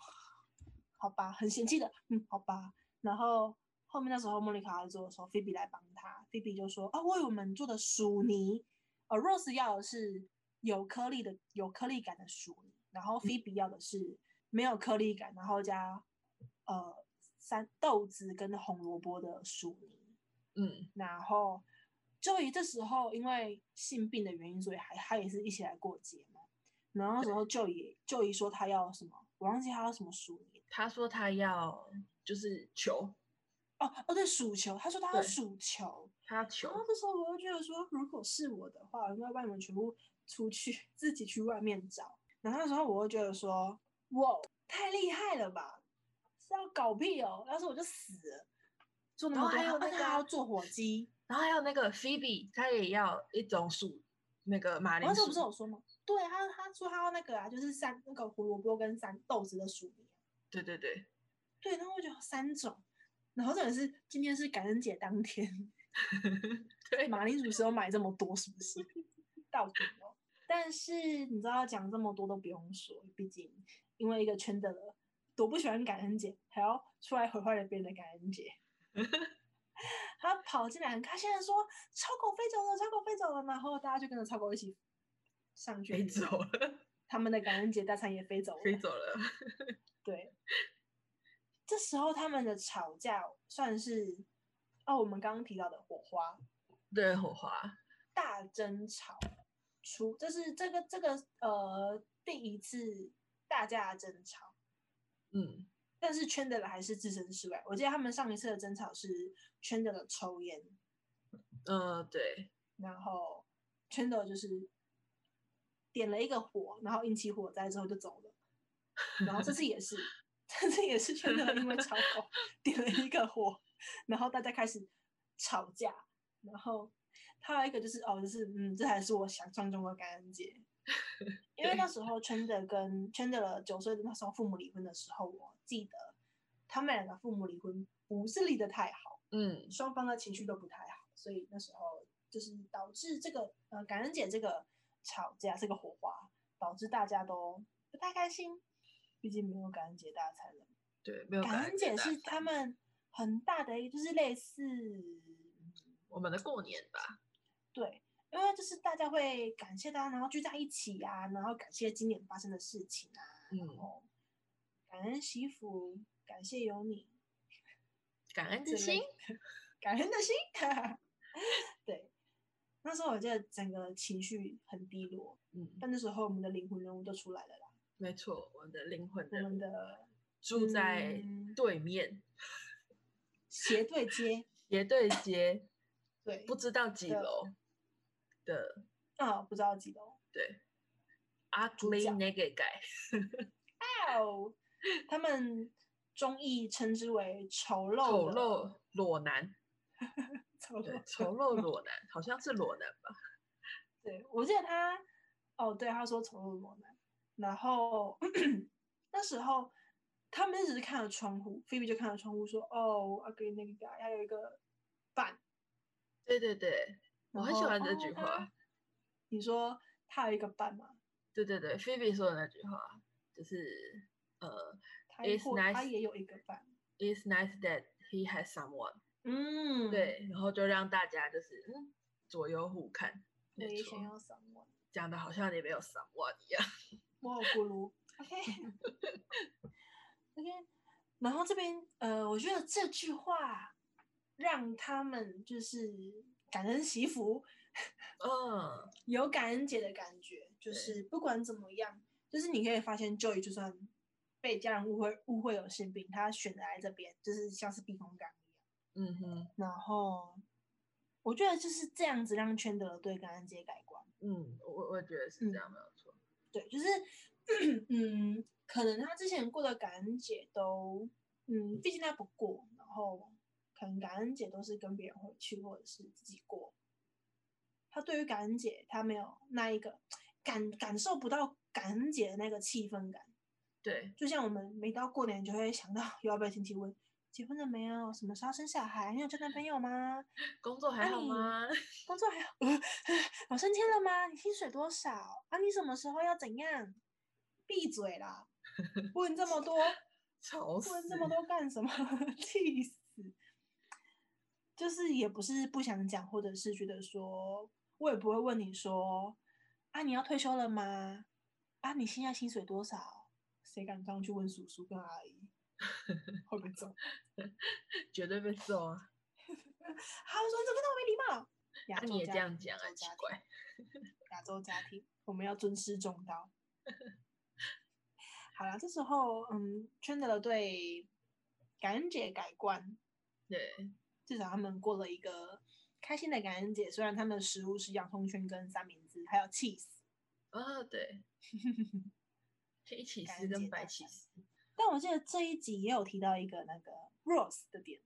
S2: 好吧，很嫌弃的，嗯，好吧。然后后面那时候莫妮卡在做的时候，菲比来帮她，菲比就说啊，为我们做的薯泥，呃，Rose 要的是有颗粒的、有颗粒感的薯泥，然
S1: 嗯
S2: 后菲比要的是没有颗粒感，然后加呃三豆子跟红萝卜的薯泥。
S1: 嗯，
S2: 然后周怡这时候因为性病的原因，所以还他也是一起来过节嘛。然后那时候舅姨舅姨说他要什么，我忘记他要什么薯泥
S1: 他说他要就是求，
S2: 哦哦对薯球，他说他要
S1: 对
S2: 薯球。
S1: 他要
S2: 然
S1: 求
S2: 后，这时候我就觉得说，如果是我的话，我应该把你们全部出去， 自己去外面找。然后那时候我就觉得说，哇，哦太厉害了吧，是要搞屁哦！要是我就死了。做那
S1: 然
S2: 么
S1: 后
S2: 多，
S1: 还有
S2: 而
S1: 那
S2: 且
S1: 个
S2: 还
S1: 啊
S2: 要做火鸡，
S1: 然后还有那个 Phoebe，他也要一种薯，那个马铃
S2: 哦然后
S1: 薯
S2: 这不是，有说吗？对啊，他他说他要那个啊，就是三那个胡萝卜跟三豆子的薯泥。啊
S1: 对对对，
S2: 对，然后我就有三种，然后重点是今天是感恩节当天，
S1: 对，
S2: 马铃薯是要买这么多，是不是？到底哦。但是你知道讲这么多都不用说，毕竟因为一个圈的人多不喜欢感恩节，还要出来毁坏了别人的感 恩节。他跑进来很开心的说：“超狗飞走了，超狗飞走了。”然后大家就跟着超狗一起上去
S1: 飞
S2: 领
S1: 走了，
S2: 他们的感恩节大餐也飞走了。
S1: 飞走了，
S2: 对，这时候他们的吵架算是哦，我们刚刚提到的火花
S1: 对，火花，
S2: 大争吵，除这是这个这个呃第一次大家的争吵，
S1: 嗯，
S2: 但是圈的还是置身事外。我记得他们上一次的争吵是圈的抽烟，
S1: 呃，对，
S2: 然后圈的就是点了一个火，然后引起火灾之后就走了。然后这次也是，这次也是圈的因为吵狗点了一个火，然后大家开始吵架。然后还有一个就是哦，就是嗯，这才是我想象中的感恩节。因为
S1: 对
S2: 那时候圈的跟圈的九岁的那时候父母离婚的时候，我记得他们两个父母离婚不是离得太好。
S1: 嗯，
S2: 双方的情绪都不太好，所以那时候就是导致这个呃感恩节这个吵架这个火花，导致大家都不太开心。毕竟没有感恩节大餐了，
S1: 对，没有
S2: 感恩节
S1: 大
S2: 是
S1: 餐
S2: 他们很大的一，就是类似
S1: 我们的过年吧，
S2: 对，因为就是大家会感谢大家，然后聚在一起啊，然后感谢今年发生的事情啊，然
S1: 嗯，
S2: 后感恩惜福，感谢有你，
S1: 感恩之
S2: 之类
S1: 心，
S2: 的，感恩的心。 对，那时候我记得整个情绪很低落，
S1: 嗯，
S2: 但那时候我们的灵魂人物就出来了啦，
S1: 没错，我们的灵魂
S2: 我
S1: 人
S2: 们
S1: 物
S2: 的
S1: 住在
S2: 嗯
S1: 对面，
S2: 斜对接，
S1: 斜对街，
S2: 对，
S1: 不知道几
S2: 的
S1: 楼的，
S2: 啊、不知道几楼，
S1: 对啊
S2: 角
S1: ，ugly naked guy，
S2: 哦，他们中意称之为丑陋
S1: 丑
S2: 的
S1: 陋裸男，
S2: 丑
S1: 对
S2: 陋，
S1: 丑陋裸男，好像是裸男吧，
S2: 对，我记得他，哦，对，他说丑陋裸男，然后 那时候他们只是看了窗户，菲比就看了窗户说，哦，要给那个 guy 他有一个伴，
S1: 对对对，我
S2: 然
S1: 很喜
S2: 后
S1: 欢这
S2: 哦
S1: 句
S2: 他
S1: 话，
S2: 你说他有一个伴嘛，
S1: 对对对，Phoebe 说的那句话就是呃
S2: 他也
S1: It's
S2: 或他
S1: nice-
S2: 也有一个伴，
S1: ，It's nice that he has someone，
S2: 嗯，，
S1: 对，然后就让大家就是嗯左右互看，
S2: 我
S1: 没
S2: 也
S1: 错
S2: 想要 someone，
S1: 讲的好像你没有 someone 一样。
S2: 我有咕噜，OK，OK，、OK 然后这边呃，我觉得这句话让他们就是感恩惜福，
S1: 嗯，
S2: 有感恩节的感觉，就
S1: 对
S2: 是不管怎么样，就是你可以发现 Joy 就算被家人误会误会有性病，他选择来这边就是像是避风港一样。
S1: 嗯哼，
S2: 然后我觉得就是这样子让圈德对感恩节改观。
S1: 嗯，我我觉得是
S2: 嗯
S1: 这样，没有错。
S2: 对，就是 嗯，可能他之前过的感恩节都嗯，毕竟他不过，然后可能感恩节都是跟别人回去或者是自己过。他对于感恩节，他没有那一个感感受不到感恩节的那个气氛感。
S1: 对，
S2: 就像我们每到过年就会想到又要被亲戚问结婚了没有，什么时候生小孩，你有交男朋友吗？
S1: 工作还好
S2: 哎
S1: 吗？
S2: 工作还好，我升迁了吗？你薪水多少？啊，你什么时候要怎样？闭嘴啦！问这么多，
S1: 吵死！
S2: 问这么多干什么？ 气死！就是也不是不想讲，或者是觉得说，我也不会问你说，啊，你要退休了吗？啊，你现在薪水多少？谁敢这样去问叔叔跟阿姨？ 会不会走？
S1: 绝对被揍 啊！
S2: 他们说你怎么那么没礼貌？亚
S1: 啊，
S2: 洲
S1: 你也
S2: 家
S1: 这样
S2: 庭
S1: 讲
S2: 亚
S1: 啊，
S2: 洲
S1: 奇
S2: 家庭
S1: 怪。
S2: 亚洲家庭，我们要尊师重道。 好了，这时候，嗯，圈德对感恩节改观，
S1: 对，
S2: 至少他们过了一个开心的感恩节。虽然他们的食物是洋葱圈跟三明治，还有 cheese，
S1: 啊， 对，黑起
S2: 感
S1: 司
S2: 恩节
S1: 跟白
S2: 大
S1: 起
S2: 餐
S1: 司。
S2: 但我记得这一集也有提到一个那个 rose 的点，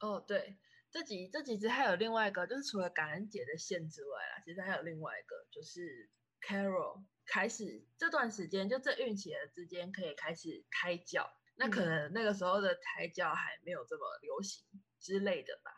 S1: 哦，对，这几这几只还有另外一个，就是除了感恩节的线之外啦，其实还有另外一个，就是 Carol 开始这段时间，就这孕期的之间可以开始胎教，那可
S2: 嗯
S1: 能那个时候的胎教还没有这么流行之类的吧。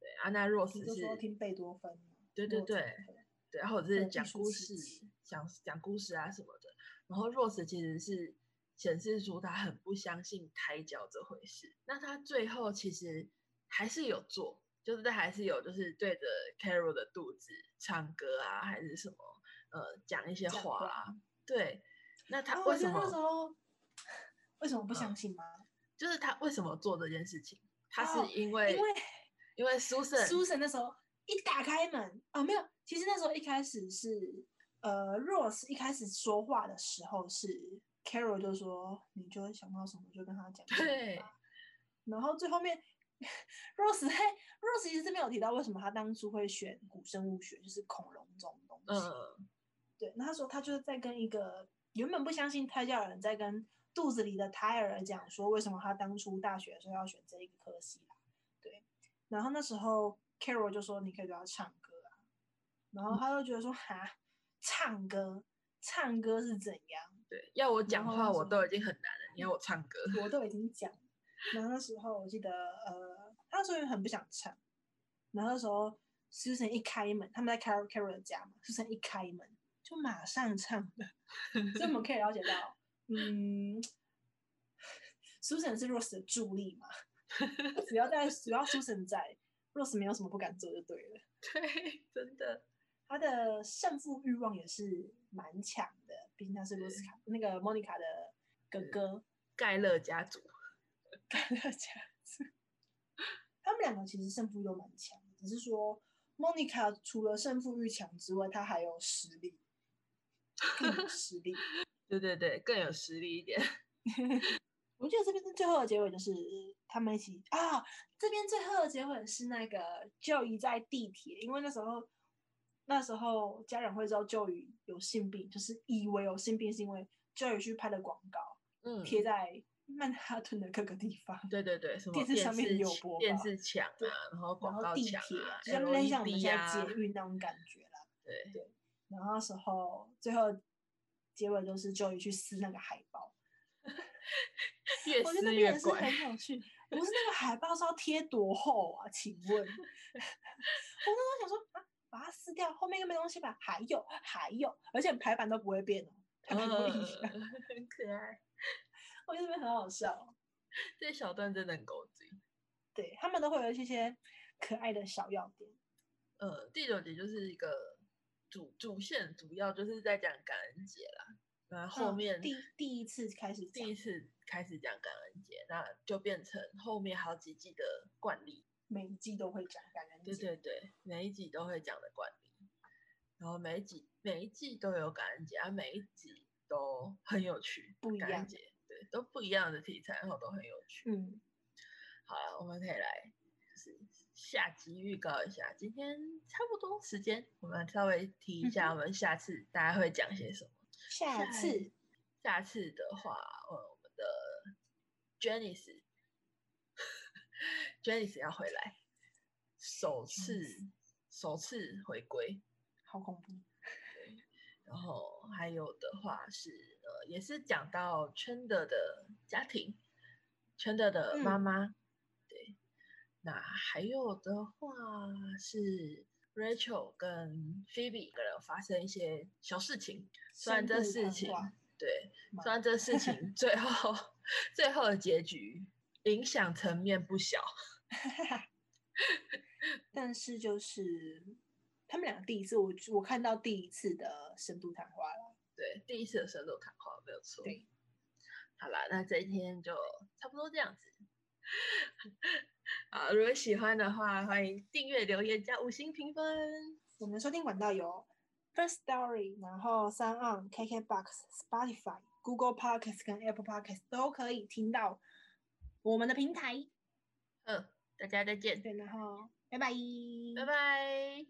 S1: 对，啊，那 Rose
S2: 你
S1: 是
S2: 就说听贝多芬嘛，
S1: 对对
S2: 莫扎
S1: 对
S2: 特
S1: 对，然后
S2: 这
S1: 是
S2: 种艺
S1: 讲
S2: 术
S1: 故
S2: 气
S1: 事
S2: 息，
S1: 讲讲故事啊什么的。然后 Rose 其实是显示出他很不相信胎教这回事。那他最后其实还是有做，就是他还是有就是对着 Carol 的肚子唱歌啊，还是什么呃讲一些
S2: 讲
S1: 话
S2: 话
S1: 啊。对，那
S2: 然
S1: 他
S2: 后
S1: 啊为
S2: 我觉
S1: 什
S2: 得那时
S1: 么
S2: 候 为什么不相
S1: 嗯
S2: 信吗？
S1: 就是他为什么做这件事情？他
S2: 哦
S1: 是因为、
S2: 因为
S1: 因为 Susan
S2: 苏神那时候一打开门啊、没有，其实那时候一开始是呃，Rose 一开始说话的时候是 Carol 就说你就会想到什么就跟他讲什么
S1: 对
S2: 吧，然后最后面 Rose 嘿 Rose 其实是没有提到为什么他当初会选古生物学，就是恐龙这种东
S1: 嗯、
S2: 西。对，那他说他就是在跟一个原本不相信胎教的人在跟肚子里的胎儿讲说，为什么他当初大学的时候要选这一个科系啦、对，然后那时候 Carol 就说你可以不要唱歌啊，然后他就觉得说哈，唱歌，唱歌是怎样？
S1: 对，要我讲
S2: 后
S1: 话
S2: 那
S1: 我
S2: 时
S1: 都
S2: 候
S1: 已经很难了，你要我唱歌，
S2: 我都已经讲了。然后那时候我记得，呃，他那时候也很不想唱。然后那时候 Susan 一开门，他们在 Carol Carol 的家嘛，Susan 一开门就马上唱了，所以我们可以了解到，嗯，Susan 是 Rose 的助力嘛，只要在只要 Susan 在，Rose 没有什么不敢做就对了。
S1: 对，真的。
S2: 他的胜负欲望也是蛮强的，毕竟他是
S1: 对
S2: Rose 卡那个 Monica 的哥
S1: 对
S2: 哥。
S1: 盖勒家族。
S2: 大家族。 他们两个其实胜负欲都蛮强的，只是说 Monica 除了胜负欲强之外，她还有实力，更有实力。
S1: 对对对，更有实力一点。
S2: 我记得这边最后的结尾就是他们一起啊，这边最后的结尾是那个舅姨在地铁，因为那时候那时候家人会知道舅姨有性病，就是以为有性病是因为舅姨去拍的广告
S1: 嗯，
S2: 贴在曼哈顿的各个地方，
S1: 对对对，什么
S2: 电视上面
S1: 电
S2: 有
S1: 墙
S2: 播
S1: 电
S2: 吧
S1: 视墙啊
S2: 对，
S1: 然后
S2: 然
S1: 广
S2: 后
S1: 告
S2: 地
S1: 墙
S2: 铁
S1: 啊，
S2: 就像类似像我们
S1: LED
S2: 现在
S1: 啊
S2: 捷，运那种感觉啦。
S1: 对
S2: 然后那时候最后结尾就是 Joey 去撕那个海报，
S1: 越
S2: 我觉
S1: 撕
S2: 得那边
S1: 越
S2: 也是
S1: 怪。
S2: 很有 趣。不是那个海报是要贴多厚啊？请问， 我那时候想说啊，把它撕掉，后面又没东西吧？还有还有，而且排版都不会变哦，排版都一
S1: 嗯，
S2: 样。
S1: 很可爱，
S2: 我觉得那边很好笑。
S1: 这小段真的很狗嘴。
S2: 对他们都会有一些可爱的小要点。
S1: 呃，第九节就是一个主主线，主要就是在讲感恩节啦。那后
S2: 嗯
S1: 面、
S2: 第第一次开始
S1: 第
S2: 讲
S1: 一，次开始讲感恩节，那就变成后面好几季的惯例。
S2: 每一季都会讲感恩节。
S1: 对对对，每一集都会讲的惯例，然后每一集每一季都有感恩节，啊，每一集都很有趣，
S2: 不一
S1: 感
S2: 样
S1: 恩节对，都不一样的题材，然后都很有趣。
S2: 嗯，
S1: 好了，我们可以来就是下集预告一下，今天差不多时间，我们稍微提一
S2: 嗯
S1: 下，我们下次大家会讲些什么。
S2: 下
S1: 下
S2: 次
S1: 下次的话，呃，我们的 Jennice Jennice 要回来，首次首次回归，
S2: 好恐怖。
S1: 然后还有的话是呃，也是讲到 Chandler 的家庭，Chandler 的妈
S2: 嗯
S1: 妈，对，那还有的话是 Rachel 跟 Phoebe 可能发生一些小事情，虽然
S2: 深
S1: 这
S2: 度
S1: 事
S2: 谈
S1: 情
S2: 话
S1: 对，
S2: 嘛
S1: 虽然这事情 最后最后的结局影响层面不小，
S2: 但是就是他们两个第一次，我我看到第一次的深度谈话了。
S1: 对，第一次的深度谈话没有错。
S2: 对，
S1: 好啦，那这一天就差不多这样子。 好，如果喜欢的话，欢迎订阅、留言、加五星评分。
S2: 我们的收听管道有 First Story，然后 s o n On、KKBox、Spotify、Google Podcasts 跟 Apple Podcasts 都可以听到我们的平台。
S1: 嗯，大家再见，
S2: 对，然后拜拜，
S1: 拜拜。